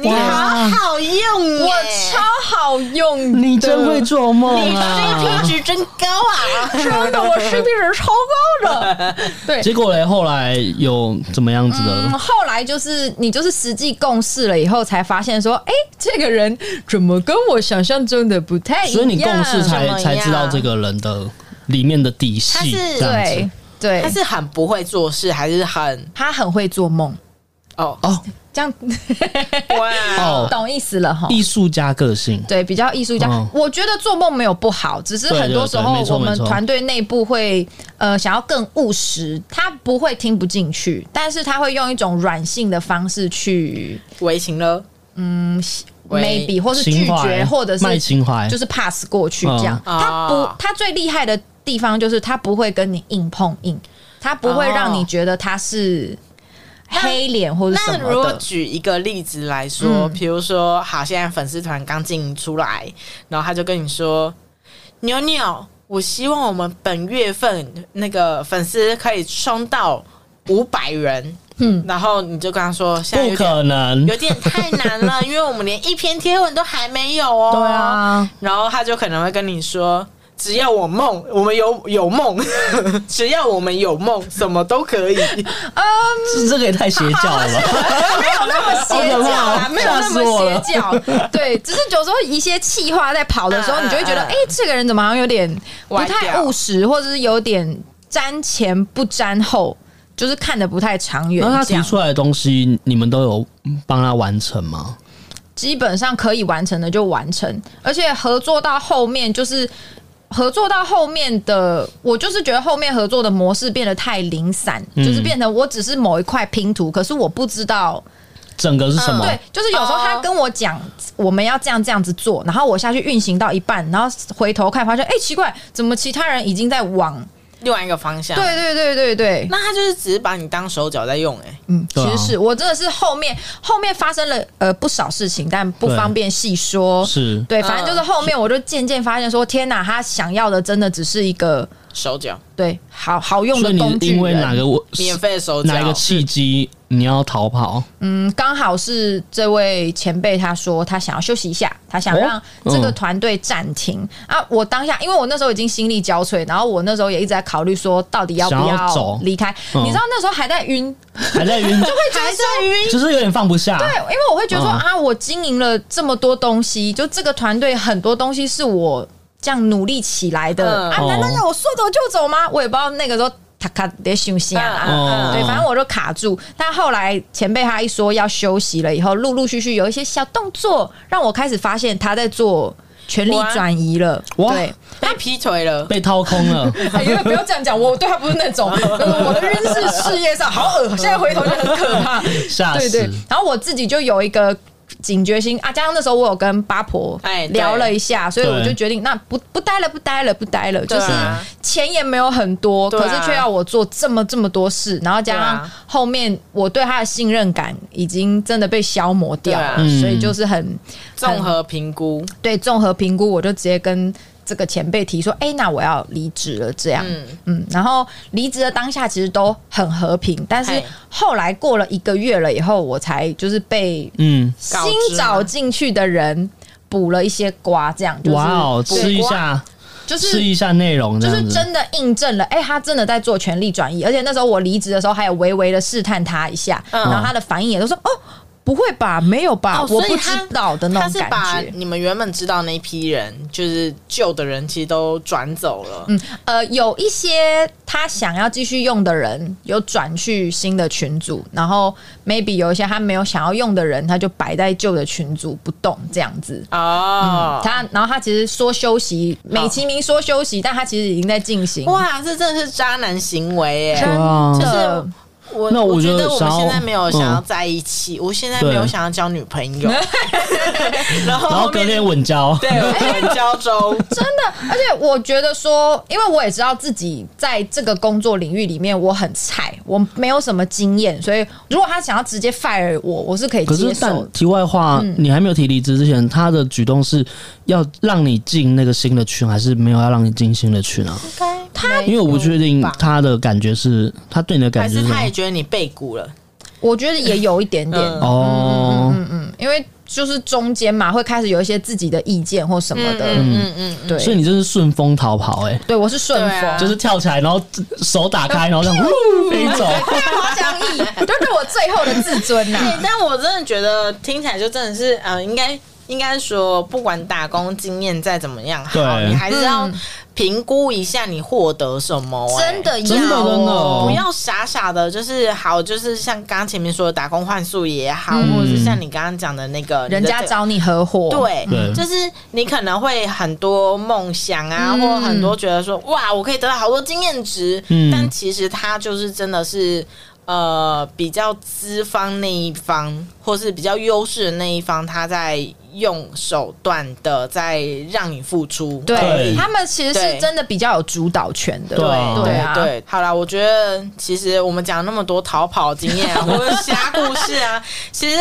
你好好用耶，
我超好用的，
你真会做梦
你 CP
啊！
值真高啊！
真的，我 CP 值超 高的。对，
结果嘞，后来有怎么样子的？
嗯，后来就是你就是实际共事了以后，才发现说，哎、这个人怎么跟我想象中的不太一样？
所以你共事
怎么
才
样
才知道这个人的里面的底
他
细，
是
这样
对
子。
对
他，是很不会做事，还是很
他很会做梦，
哦
哦，
这样
哇
哦
懂意思了哈。
艺术家个性，
对，比较艺术家。
嗯
我觉得做梦没有不好，只是
对
很多
对
时
对
候
没错
我们
没错
团队内部会呃想要更务实，他不会听不进去，但是他会用一种软性的方式去
为情了，喂
maybe 或是拒
情怀
绝，或者
卖
是
情怀，
就是 pass 过去这样。
嗯
他不
哦，
他最厉害的地方就是他不会跟你硬碰硬，他不
哦
会让你觉得他是黑脸或者什
那如
么
果
的。
举一个例子来说，
嗯
比、如说，好，现在粉丝团刚经营出来，然后他就跟你说：“牛牛，我希望我们本月份那个粉丝可以冲到五百人。”嗯，然后你就跟他说：“现在
不
有点
可能
有。点太难了，因为我们连一篇贴文都还没有哦。”
对。啊，
然后他就可能会跟你说：“只要我梦，我们有有梦， 只要我们有梦，什么都可以。”
这这个也太邪教 了吧？
没有那么邪
哦
教啦，没有那么邪教。对，只是有时候一些气话在跑的时候，
嗯
你就会觉得，
嗯嗯
哎，这个人怎么好像有点不
歪
太
掉
务实，或者是有点瞻前不瞻后，就是看的不太长远
然后他。
这
提
样
出来的东西，你们都有帮他完成吗？
基本上可以完成的就完成，而且合作到后面就是。合作到后面的，我就是觉得后面合作的模式变得太零散，
嗯
就是变成我只是某一块拼图，可是我不知道，
整个是什么？
嗯对，就是有时候他
哦
跟我讲、我们要这样这样子做，然后我下去运行到一半，然后回头看发现，哎、奇怪，怎么其他人已经在往？
哦
另外一个方向。
对对对对对，
那他就是只是把你当手脚在用、欸，哎，
嗯，其
对啊
实是我真的是后面后面发生了呃不少事情，但不
对
方便细说。
是
对，反
嗯
正就是后面我就渐渐发现说，天哪，他想要的真的只是一个
手脚，
对好好用
所
的
以
工
你
具
因为
人
哪个我
免费的手脚，
哪一个契机你要逃跑？
嗯，刚好是这位前辈他说他想要休息一下，他想
哦
让这
嗯
个团队暂停、啊。我当下因为我那时候已经心力交瘁，然后我那时候也一直在考虑说到底要不
想要走
离开。
嗯
你知道那时候还在晕，
还 在晕，
还在晕，
就是有点放不下。
对，因为我会觉得说、
嗯
啊，我经营了这么多东西，就这个团队很多东西是我这样努力起来
嗯
的、啊，
哦
难道要我说走就走吗？我也不知道那个时候他卡得休息啊。
嗯嗯
哦
对，反正我就卡住。但后来前辈他一说要休息了以后，陆陆续续有一些小动作，让我开始发现他在做权力转移了。
哇
对，
被劈腿了。
被掏空了，
哎，因为不要这样讲，我对他不是那种， 我的晕是事业上好恶，啊现在回头就很可怕。
啊
吓
对
死！
对，然后我自己就有一个。警觉心啊！加上那时候我有跟八婆
哎对
聊了一下，所以我
对
就决定那不不待了，不待了，不待了。就
对
是
啊
钱也没有很多，
对啊
可是却要我做这么这么多事，然后加
对
上
啊
后面我对他的信任感已经真的被消磨掉了，
对
啊
所以就是很
综合评估，
对综合评估，我就直接跟这个前辈提说：“哎、那我要离职了。”这样，嗯
嗯
然后离职的当下其实都很和平，但是
嘿
后来过了一个月了以后，我才就是被
嗯，
新找进去的人补了一些瓜，这样就是
哇哦，吃一下，
就
吃
是。
一下内容，这
就是
样子。
真的印证了，哎、他真的在做权力转移，而且那时候我离职的时候，还有微微的试探他一下，
嗯
然后他的反应也都说，哦，不会吧？没有吧？
哦，
我
所以
不知
他
道的那
他
种
是
感
把
觉。
你们原本知道那一批人，就是旧的人，其实都转走了。嗯，
呃，有一些他想要继续用的人，有转去新的群组，然后 maybe 有一些他没有想要用的人，他就摆在旧的群组不动这样子。
哦，
嗯
他然后他其实说休息，美其名说休息，但他其实已经在进行。
哇，这真的是渣男行为耶！
对啊
就
真
是
的
我，
那
我
我
觉
觉得
得我
想
们现
要
在没有想要
嗯
在一起，我现在
对
没有想要交女朋 友，然后
然后
后
隔
面
天稳交，
对 我们交中，
真的，而且我觉得说，因为我也知道自己在这个工作领域里面我很菜，我没有什么经验，所以如果他想要直接 fire 我，我是可以
可
接
是，
受嗯
但
的。
题外话，你还没有提离职之前，他的举动是要让你进那个新的群，还是没有要让你进新的群啊？
他
因为我不确定他的感觉是，他对你的
还
感觉
是
是什么
他也觉得你被鼓了，
我觉得也有一点点，
嗯
哦，
嗯，因为就是中间嘛，会开始有一些自己的意见或什么的，
嗯嗯嗯，
所以
对，
你这是顺风逃跑哎、
对我是顺风，
对啊
就是跳起来，然后手打开，然后这样呜飞 走。
好想 你，就对我最后的自尊 呐、
哎但我真的觉得听起来就真的是，呃，应该应该说，不管打工经验再怎么样好，
对
你还是要
嗯
评估一下你获得什么、哎
真的要、哦、
真的真的哦
不要傻傻的，就是好，就是像刚刚前面说的打工换宿也好，或者是像你刚刚讲的那个
嗯人家。找你合伙，
你的这对，
对
就是你可能会很多梦想啊，
嗯
或很多觉得说哇，我可以得到好多经验值，
嗯
但其实他就是真的是呃比较资方那一方，或是比较优势的那一方，他在用手段的在让你付出，
对
对
他们其实
对
是真的比较有主导权的，
对啊
对
对啊
嗯对，好啦，我觉得其实我们讲那么多逃跑经验 啊，或者其他故事啊，其实。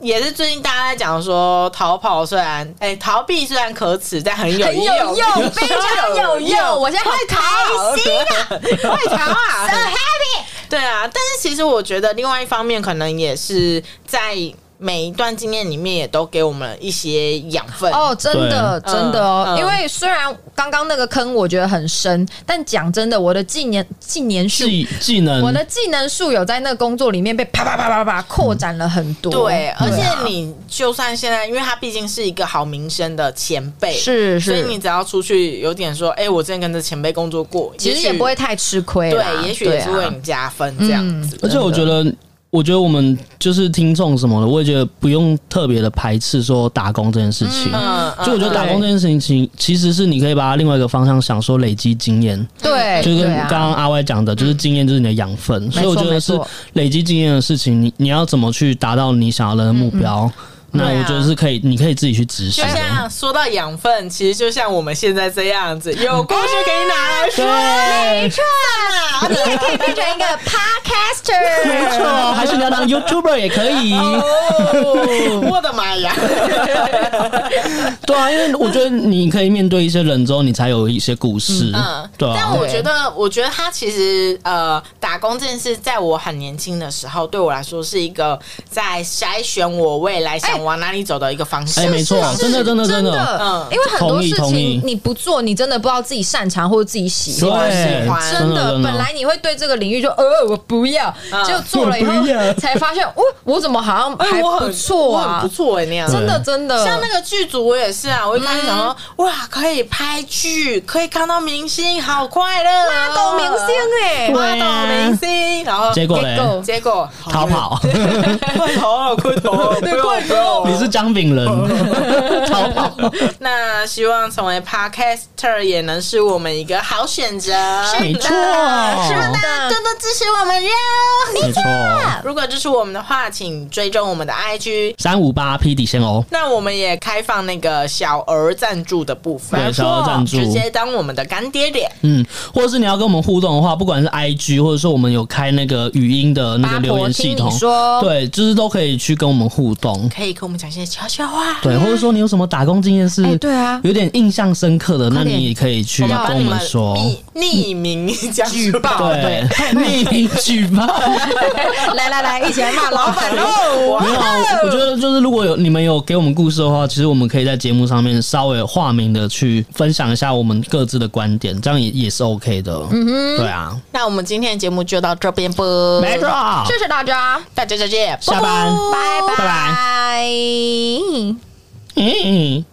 也是最近大家在讲说，逃跑虽然哎、逃避虽然可耻，但很有
很有
用，
用，非常有 用。我现在好开心，
心啊，快逃啊
so happy。
对啊，但是其实我觉得另外一方面，可能也是在每一段经验里面，也都给我们一些养分。
哦，真的，
对
真的哦
嗯，嗯
因为虽然刚刚那个坑我觉得很深，但讲真的，我的技能技能数，
技技能，
我的技能数有在那个工作里面被啪啪啪啪啪扩展了很多。
对，而且
啊
你就算现在，因为他毕竟是一个好名声的前辈，
是
所以
是，
你只要出去有点说，哎、我之前跟着前辈工作过，
其实
也
也
许
不会太吃亏啦。啊
对，也嗯许也是
对啊
为你加分这样子。
而且我觉得，我觉得我们就是听众什么的，我也觉得不用特别的排斥说打工这件事情。
嗯，嗯
就我觉得打
嗯
工这件事情，其其实是你可以把它另外一个方向想，说累积经验，
哎
对，
就跟
对啊
刚刚阿歪讲的，
嗯
就是经验就是你的养分，所以我觉得是
没错
累积经验的事情，你你要怎么去达到你想要的目标？那
嗯对啊
我觉得是可以，你可以自己去执
就
行的。
像说到养分，其实就像我们现在这样子，有故事可以拿来说。
对，
啊你也可以变成一个 podcaster，
没错，还是你要 当 YouTuber 也可以。
哦，我的妈 呀！嗯
对啊，因为我觉得你可以面对一些人之后，你才有一些故事。
嗯，
对啊。
但我
对
觉得，我觉得他其实呃，打工这件事，在我很年轻的时候，对我来说是一个在筛选我未来想往哪里走的一个方式。
哎没错
是
真的真的真
真
的
嗯
因为很多
同意
事
同
情
意
你不做，你真的不知道自己擅长或者自己喜欢。
喜
对嗯
欢，
真
的
的，
啊真
本来你会对这个领域就呃我不要，
嗯
结果做了以
我不
后
要
才发现，我哦我怎么好像还
哎，我很
不错
我很
啊
不，错哎，那样子。
真的真的，
像那个剧组，我也是啊，我一开始想说，哇，可以拍剧，可以看到明星，好快乐、
大狗明星哎，
对
星，大
啊
狗明星，然后
结果嘞
结，果
结果
逃， 跑。
快逃，啊快逃，对，快
你是姜饼 人，逃跑。
那希望成为 podcaster 也能是我们一个好选择，
没错，
大家多多支持我们哟。
没错，
如果支持我们的话，请追踪我们的 IG。
三五八 P 底线哦。
那我们也开放那个小额赞助的部分，
对小额赞助
直接当我们的干爹爹。
嗯，或者是你要跟我们互动的话，不管是 IG，或者说我们有开那个语音的那个
八
留
婆
言系
听你
统，
说，
对，就是都可以去跟我们互动，
可以跟我们讲一些悄悄话，
对，或者说你有什么打工经验是
哎对啊
有点印象深刻的，那
快点
你也可以去
我们把
跟
你
们
们
说，
秘匿名讲
举 报
对，匿名举报。
来来来，一起来骂老板喽！
没有啊，我觉得就是如果有你们有给我们故事的话，其实我们可以在节目上面稍微化名的去分享一下我们各自的观点，这样也也是 OK 的。嗯哼，对啊，
那我们今天的节目就到这边不？
没错，
谢谢大家，
大家再见，
下班，
拜
拜
拜。
嗯。